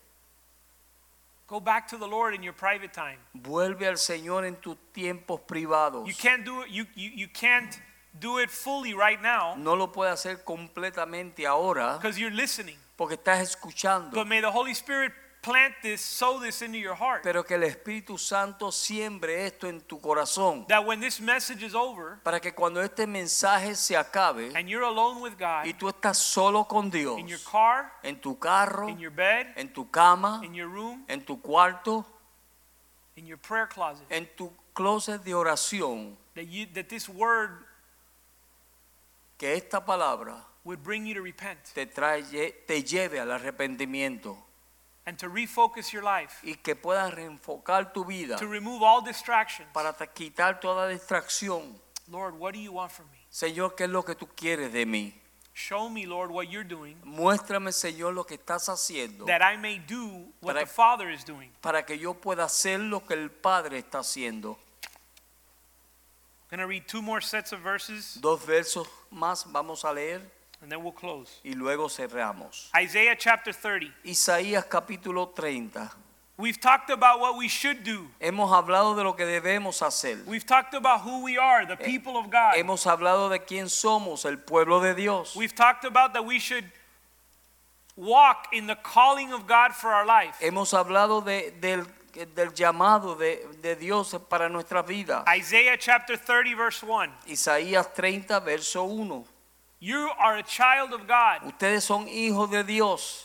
A: Go back to the Lord in your private time.
B: Vuelve al Señor en tus tiempos privados.
A: You can't do it. You, you, you can't do it fully right now
B: No lo puedes hacer completamente ahora
A: because you're listening.
B: porque estás escuchando,
A: But may the Holy Spirit plant this, sow this into your heart.
B: pero que el Espíritu Santo siembre esto en tu corazón
A: That when this message is over
B: para que cuando este mensaje se acabe
A: and you're alone with God
B: y tú estás solo con Dios,
A: in your car,
B: en tu carro,
A: in your bed,
B: en tu cama,
A: in your room,
B: en tu cuarto,
A: in your prayer closet,
B: en tu closet de oración,
A: that you that this word
B: que esta palabra
A: would bring you to repent
B: te, trae, te lleve al arrepentimiento
A: and to refocus your life,
B: y que puedas reenfocar tu vida
A: to remove all distractions.
B: para ta- quitar toda distracción.
A: Lord, what do you want from me?
B: Señor, ¿qué es lo que tú quieres de mí?
A: Show me, Lord, what you're doing
B: Muéstrame, Señor, lo que estás haciendo
A: that I may do what
B: Para-
A: the Father is doing.
B: para que yo pueda hacer lo que el Padre está haciendo.
A: going to read two more sets of verses
B: Dos versos más vamos a leer
A: and then we'll close.
B: y luego cerramos.
A: Isaiah chapter 30.
B: Isaías capítulo 30.
A: We've talked about what we should do.
B: Hemos hablado de lo que debemos hacer.
A: We've talked about who we are, the people of God.
B: Eh, Hemos hablado de quién somos, el pueblo de Dios.
A: We've talked about that we should walk in the calling of God for our life.
B: Hemos hablado de- del, del llamado de, de Dios para nuestra vida.
A: Isaiah chapter 30, verse 1.
B: Isaías 30, verso 1.
A: You are a child of God.
B: Ustedes son hijos de Dios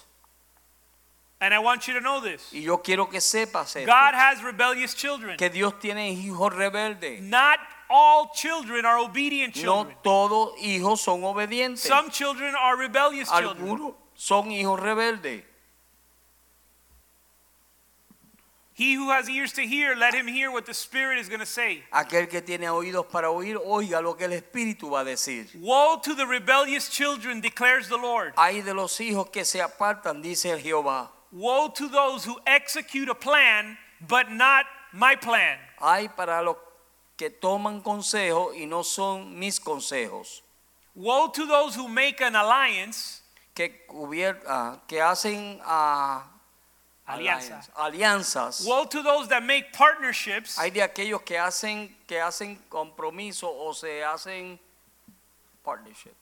A: And I want you to know this
B: y yo quiero que sepas esto,
A: God has rebellious children.
B: Eh, que Dios tiene hijos rebeldes.
A: Not all children are obedient
B: No
A: children.
B: todos hijos son obedientes.
A: Some children are rebellious children.
B: Algunos son hijos rebeldes.
A: He who has ears to hear, let him hear what the Spirit is going to say.
B: Aquel que tiene oídos para oír, oiga lo que el Espíritu va a decir.
A: Woe to the rebellious children, declares the Lord.
B: Hay de los hijos que se apartan, dice el Jehová.
A: Woe to those who execute a plan, but not my plan.
B: Hay para los que toman consejos y no son mis consejos.
A: Woe to those who make an alliance,
B: Que, cubier- ah, que hacen ah,
A: alianza.
B: alianzas.
A: Woe to those that make partnerships,
B: Hay de aquellos que hacen que hacen compromiso o se hacen partnership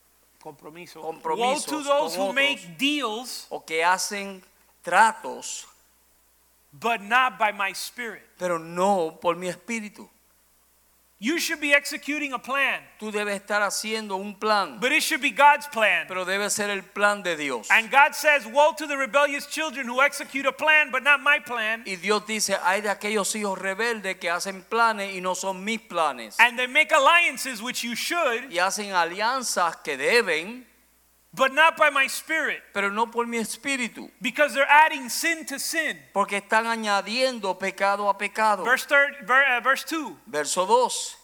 A: compromiso. Woe
B: compromisos
A: to those
B: con
A: who
B: otros.
A: make deals,
B: o que hacen tratos,
A: but not by my spirit.
B: pero no por mi espíritu.
A: You should be executing a plan,
B: Tú debes estar haciendo un plan,
A: but it should be God's plan.
B: pero debe ser el plan de Dios.
A: And God says, Woe to the rebellious children who execute a plan, but not my plan.
B: Y Dios dice, hay de aquellos hijos rebeldes que hacen planes y no son mis planes.
A: And they make alliances, which you should,
B: Y hacen alianzas que deben,
A: but not by my spirit,
B: pero no por mi espíritu,
A: because they're adding sin to sin.
B: porque están añadiendo pecado a pecado.
A: Verse, third, ver, uh, verse 2
B: Verso 2.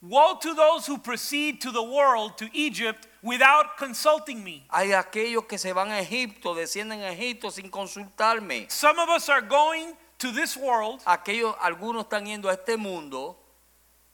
A: Woe to those who proceed to the world, to Egypt, without consulting me.
B: Hay aquellos que se van a Egipto, descienden a Egipto sin consultarme.
A: Some of us are going to this world
B: Aquellos, algunos están yendo a este mundo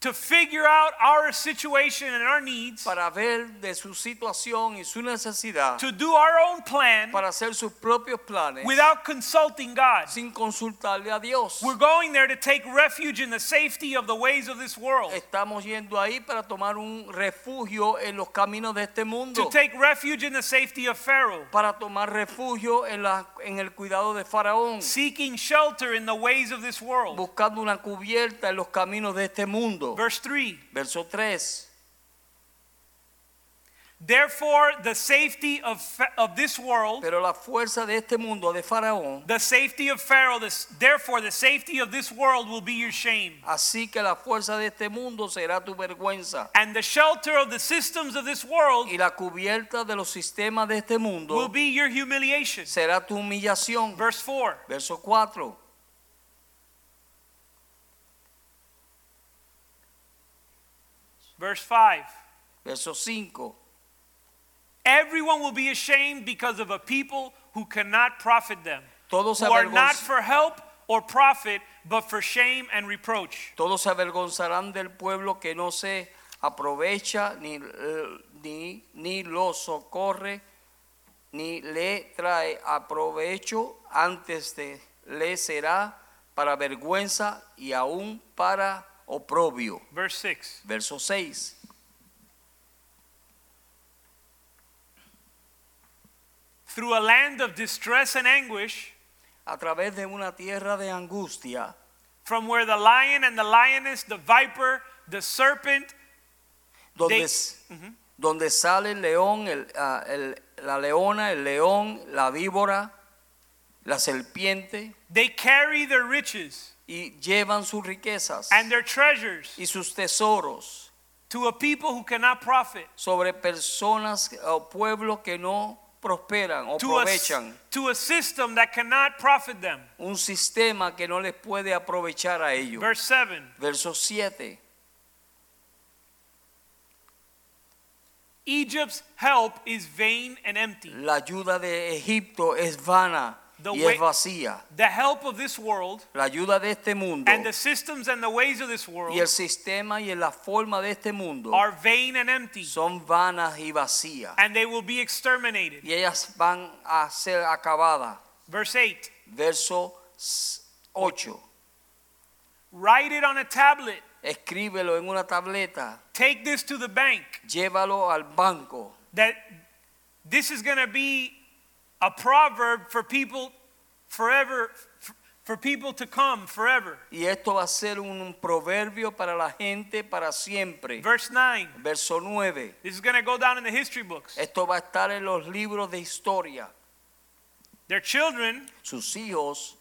A: to figure out our situation and our needs,
B: para ver de su situación y su necesidad,
A: to do our own plan
B: para hacer sus propios planes
A: without consulting God.
B: sin consultarle a Dios.
A: We're going there to take refuge in the safety of the ways of this world,
B: Estamos yendo ahí para tomar un refugio en los caminos de este
A: to
B: mundo,
A: take refuge in the safety of Pharaoh,
B: para tomar refugio en, la- en el cuidado de Faraón,
A: seeking shelter in the ways of this world.
B: buscando una cubierta en los caminos de este mundo.
A: Verse 3
B: Verso 3.
A: Therefore, the safety of, Pha- of this world,
B: Pero la fuerza de este mundo, de Faraón,
A: the safety of Pharaoh, this, therefore, the safety of this world will be your shame.
B: Así que la fuerza de este mundo será tu vergüenza.
A: And the shelter of the systems of this world
B: Y la cubierta de los sistemas de este
A: will
B: mundo
A: be your humiliation.
B: será tu humillación.
A: Verse 4
B: Verso 4.
A: Verse 5.
B: Verso 5.
A: Everyone will be ashamed because of a people who cannot profit them,
B: Todos se,
A: who are not
B: avergonz-
A: for help or profit, but for shame and reproach.
B: todos se avergonzarán del pueblo que no se aprovecha ni, eh, ni, ni lo socorre ni le trae a provecho antes de le será para vergüenza y aún para oprobio.
A: Verse 6.
B: Verso 6.
A: Through a land of distress and anguish,
B: a través de una tierra de angustia,
A: from where the lion and the lioness, the viper, the serpent, mm-hmm,
B: donde,
A: They-
B: s- donde sale el león, el, ah, el- la leona, el león, la víbora, la serpiente,
A: they carry their riches
B: y llevan sus riquezas
A: and their treasures
B: y sus tesoros
A: to a people who cannot profit,
B: sobre personas o pueblos que no prosperan o
A: to a, s-
B: aprovechan,
A: to a system that cannot profit them.
B: un sistema que no les puede aprovechar a ellos.
A: Verse 7.
B: Verso 7.
A: Egypt's help is vain and empty.
B: La ayuda de Egipto es vana
A: The
B: y es
A: way-
B: vacía.
A: The help of this world
B: La ayuda de este mundo
A: and the systems and the ways of this world
B: y el sistema y la forma de este mundo
A: are vain and empty,
B: son vanas y vacías.
A: and they will be exterminated.
B: Y ellas van a ser acabadas.
A: Verse 8
B: Verso 8.
A: Write it on a tablet,
B: Escríbelo en una tableta.
A: take this to the bank,
B: Llévalo al banco.
A: that this is going to be a proverb for people forever, f- for people to come forever.
B: Y esto va a ser un proverbio para la gente para siempre.
A: Verse 9
B: Verso 9.
A: This is going to go down in the history books.
B: Esto va a estar en los libros de historia.
A: Their children,
B: Sus hijos,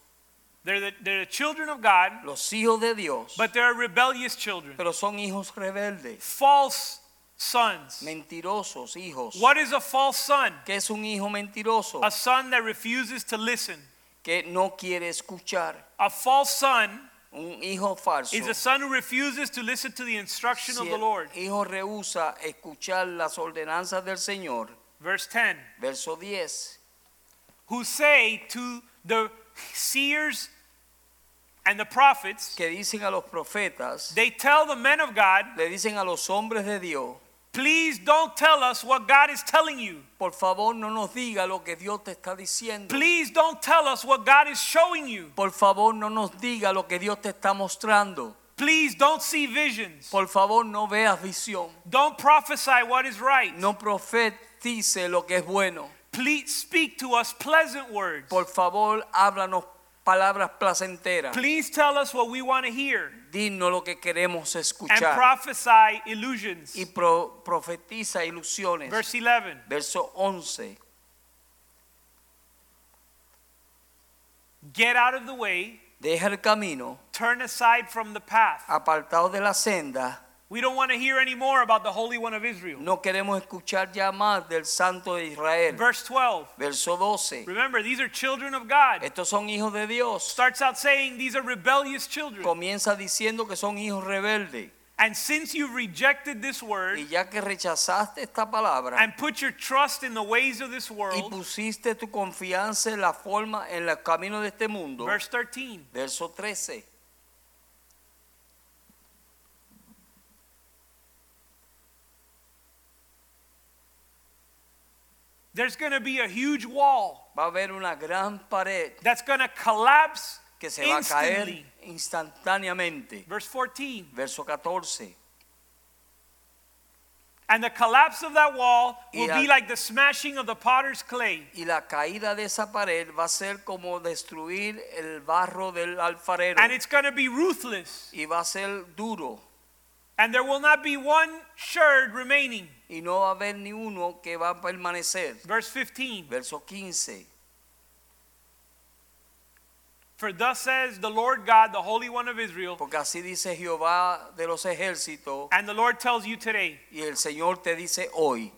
A: they're the, they're the children of God,
B: los hijos de Dios,
A: but they're rebellious children,
B: pero son hijos rebeldes,
A: false sons.
B: mentirosos hijos.
A: What is a false son?
B: ¿Qué es un hijo mentiroso?
A: A son that refuses to listen.
B: Que no quiere escuchar.
A: A false son
B: Un hijo falso.
A: is a son who refuses to listen to the instruction of
B: Si
A: the
B: el
A: Lord.
B: hijo rehúsa escuchar las ordenanzas del Señor,
A: Verse 10
B: verso 10,
A: Who say to the seers and the prophets,
B: que dicen a los profetas,
A: they tell the men of God,
B: le dicen a los hombres de Dios,
A: please don't tell us what God is telling you.
B: por favor no nos diga lo que Dios te está diciendo.
A: Please don't tell us what God is showing you.
B: Por favor no nos diga lo que Dios te está mostrando.
A: Please don't see visions.
B: Por favor no veas visión.
A: Don't prophesy what is right.
B: No profetice lo que es bueno.
A: Please speak to us pleasant words.
B: Por favor háblanos palabras placenteras.
A: Please tell us what we want to hear.
B: Dinos lo que queremos
A: and
B: escuchar.
A: prophesy illusions.
B: Y pro- profetiza ilusiones.
A: Verse 11.
B: Verso 11.
A: Get out of the way,
B: Deja el camino,
A: turn aside from the path.
B: apartado de la senda.
A: We don't want to hear any more about the Holy One of Israel.
B: No queremos escuchar ya más del Santo de Israel.
A: Verse 12.
B: Verso 12.
A: Remember, these are children of God.
B: Estos son hijos de Dios.
A: Starts out saying these are rebellious children.
B: Comienza diciendo que son hijos rebeldes.
A: And since you've rejected this word
B: Y ya que rechazaste esta palabra
A: and put your trust in the ways of this
B: y
A: world,
B: pusiste tu confianza en la forma, en los caminos de este mundo.
A: verse 13.
B: Verso 13.
A: There's going to be a huge wall
B: Va a haber una gran pared
A: that's going to collapse
B: que se va a
A: instantly.
B: caer instantáneamente.
A: Verse 14.
B: Verso 14.
A: And the collapse of that wall will
B: Yeah.
A: be like the smashing of the potter's clay.
B: Y la caída de esa pared va a ser como destruir el barro del alfarero.
A: And it's going to be ruthless.
B: Y va a ser duro.
A: And there will not be one sherd remaining.
B: Y no va a haber ni uno que va a permanecer.
A: Verse 15.
B: Verso 15.
A: For thus says the Lord God, the Holy One of Israel.
B: Porque así dice Jehová de los ejércitos.
A: And the Lord tells you today,
B: Y el Señor te dice hoy,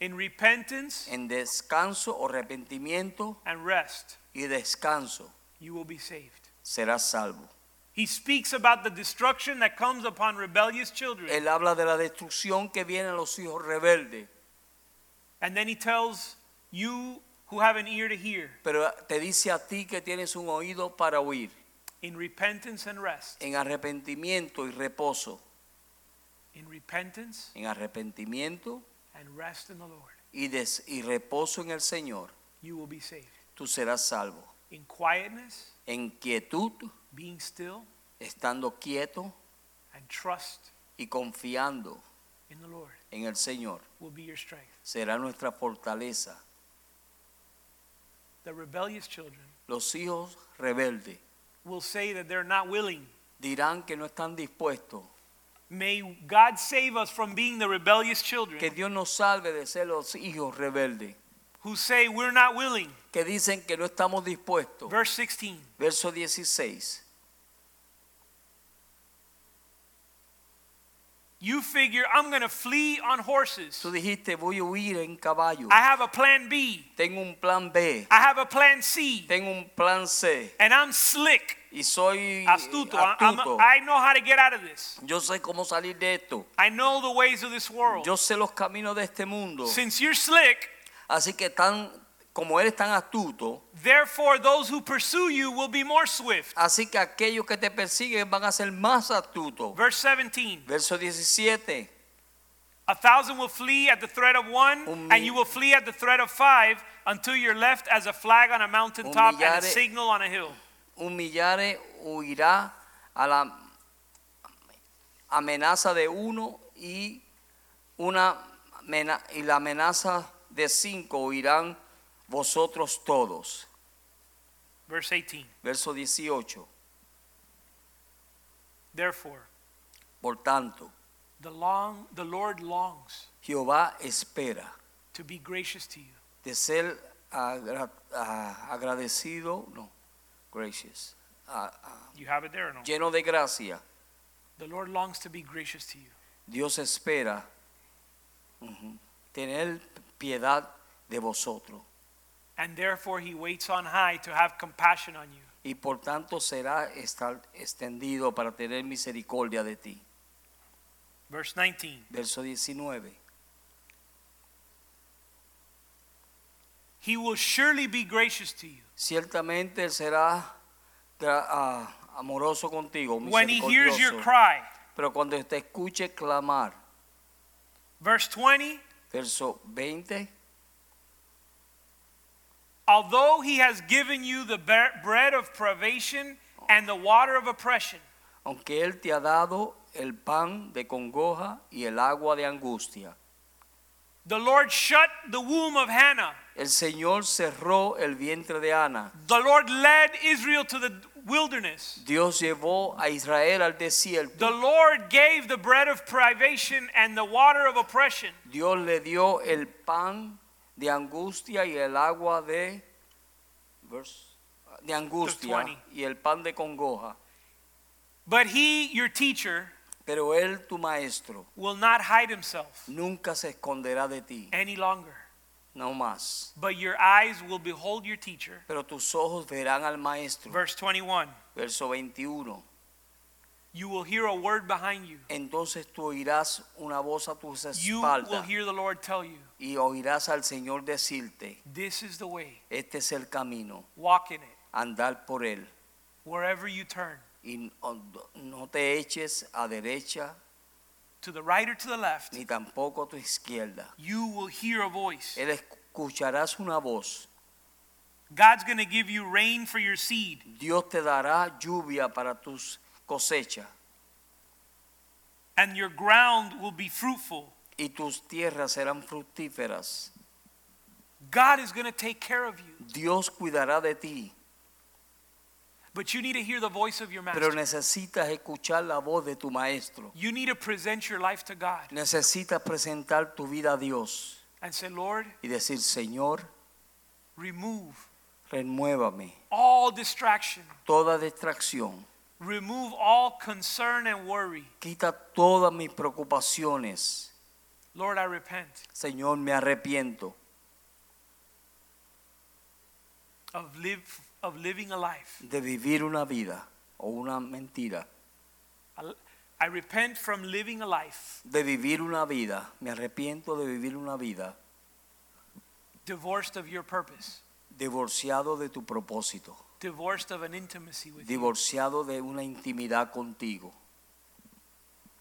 A: in repentance
B: en descanso o arrepentimiento
A: and rest,
B: y descanso
A: you will be saved.
B: serás salvo.
A: He speaks about the destruction that comes upon rebellious children.
B: Él habla de la destrucción que viene a los hijos rebeldes,
A: And then he tells you who have an ear to hear,
B: pero te dice a ti que tienes un oído para oír,
A: in repentance and rest.
B: en arrepentimiento y reposo,
A: In repentance
B: en arrepentimiento
A: and rest in the Lord,
B: y, des- y reposo en el Señor,
A: you will be saved.
B: tú serás salvo.
A: In quietness,
B: En quietud,
A: being still,
B: estando quieto
A: and trust
B: y confiando
A: in the Lord
B: en el Señor,
A: will be your strength.
B: será nuestra fortaleza.
A: The rebellious children
B: Los hijos rebeldes
A: will say that they're not willing.
B: dirán que no están dispuestos
A: May God save us from being the rebellious
B: Que
A: children
B: Dios nos salve de ser los hijos rebeldes,
A: who say we're not willing.
B: que dicen que no estamos dispuestos.
A: Verse 16.
B: Verso 16.
A: You figure I'm going to flee on horses.
B: Tú dijiste, voy a huir en caballo.
A: I have a plan B.
B: Tengo un plan B,
A: I have a plan C.
B: tengo un plan C
A: And I'm slick,
B: y soy
A: astuto. I- I'm-
B: astuto.
A: I know how to get out of this.
B: Yo sé cómo salir de esto.
A: I know the ways of this world.
B: Yo sé los caminos de este mundo.
A: Since you're slick,
B: Así que tan como eres tan astuto,
A: Therefore, those who pursue you will be more swift.
B: así que aquellos que te persiguen van a ser más astutos.
A: Verse 17
B: Verso 17.
A: A thousand will flee at the threat of one,
B: Un
A: and you will flee at the threat of five, until you're left as a flag on a mountaintop and a
B: Humillare-
A: signal on a hill.
B: Un millares huirá a la amenaza de uno y una mena- y la amenaza de cinco huirán vosotros todos.
A: Verse 18
B: Verso 18.
A: Therefore,
B: Por tanto,
A: the, long, the Lord longs
B: Jehová espera
A: to be gracious to you,
B: de ser agra- a- agradecido, no, gracious, a- a-
A: You have it there or no?
B: lleno de gracia.
A: The Lord longs to be gracious to you.
B: Dios espera ujú, tener piedad de vosotros
A: And therefore he waits on high to have compassion on you.
B: y por tanto será estar extendido para tener misericordia de ti.
A: Verse 19.
B: Verso 19.
A: He will surely be gracious to you.
B: Ciertamente Él será gra- ah, amoroso contigo,
A: When he hears your
B: misericordioso.
A: cry.
B: Pero cuando te escuche clamar,
A: Verse 20.
B: verso 20,
A: Although he has given you the bre- bread of privation and the water of oppression,
B: aunque Él te ha dado el pan de congoja y el agua de angustia.
A: the Lord shut the womb of Hannah.
B: El Señor cerró el vientre de Ana.
A: The Lord led Israel to the wilderness.
B: Dios llevó a Israel al
A: The
B: desierto.
A: Lord gave the bread of privation and the water of oppression.
B: Dios le dio el pan de angustia y el agua de verse- de angustia
A: 20.
B: y el pan de congoja.
A: But he, your teacher,
B: Pero él, tu maestro,
A: will not hide himself
B: nunca se esconderá de ti,
A: any longer.
B: no más.
A: But your eyes will behold your teacher.
B: Pero tus ojos verán al maestro.
A: Verse 21.
B: Verso 21.
A: You will hear a word behind you.
B: Entonces tú oirás una voz a tus
A: You will
B: espaldas
A: hear the Lord tell you,
B: y oirás al Señor decirte,
A: This is the way.
B: este es el camino,
A: Walk in it.
B: andar por él.
A: Wherever you turn,
B: y no- no te eches a derecha
A: to the right or to the left,
B: ni tampoco a tu izquierda.
A: you will hear a voice.
B: Él escucharás una voz.
A: God's going to give you rain for your seed.
B: Dios te dará lluvia para tus cosechas
A: and your ground will be fruitful.
B: y tus tierras serán fructíferas.
A: God is going to take care of you,
B: Dios cuidará de ti,
A: but you need to hear the voice of your
B: pero
A: master.
B: necesitas escuchar la voz de tu maestro.
A: You need to present your life to God
B: Necesitas presentar tu vida a Dios
A: and say, Lord,
B: y decir, Señor,
A: remove
B: renuévame
A: all distraction,
B: toda distracción,
A: remove all concern and worry.
B: quita todas mis preocupaciones.
A: Lord, I repent
B: Señor, me arrepiento.
A: of, live, of living a life.
B: de vivir una vida o una mentira,
A: I- I repent from living a life
B: de vivir una vida, me arrepiento de vivir una vida
A: divorced of your purpose,
B: divorciado de tu propósito,
A: divorced of an intimacy with you.
B: divorciado de una intimidad contigo.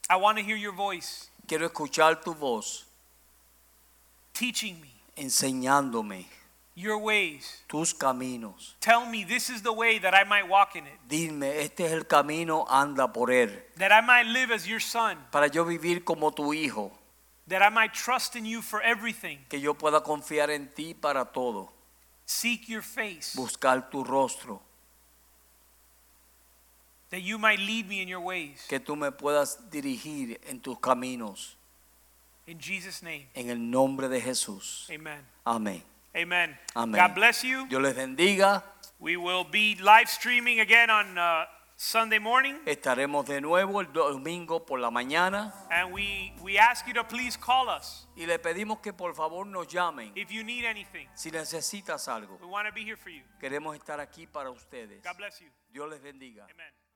A: I want to hear your voice
B: Quiero escuchar tu voz
A: teaching me
B: enseñándome
A: your ways.
B: tus caminos.
A: Tell me this is the way that I might walk in it.
B: Dime, este es el camino, anda por él,
A: that I might live as your son,
B: para yo vivir como tu hijo,
A: that I might trust in you for everything,
B: que yo pueda confiar en ti para todo,
A: seek your face,
B: buscar tu rostro,
A: that you might lead me in your ways.
B: que tú me puedas dirigir en tus caminos,
A: In Jesus' name,
B: en el nombre de Jesús.
A: amen.
B: Amén.
A: Amen.
B: Amen.
A: God bless you.
B: Dios les bendiga.
A: We will be live streaming again on uh, Sunday morning,
B: Estaremos de nuevo el domingo por la mañana
A: and we, we ask you to please call us
B: y le pedimos que por favor nos llamen
A: if you need anything.
B: si necesitas algo.
A: We want to be here for you.
B: Queremos estar aquí para ustedes.
A: God bless you.
B: Dios les bendiga.
A: Amen.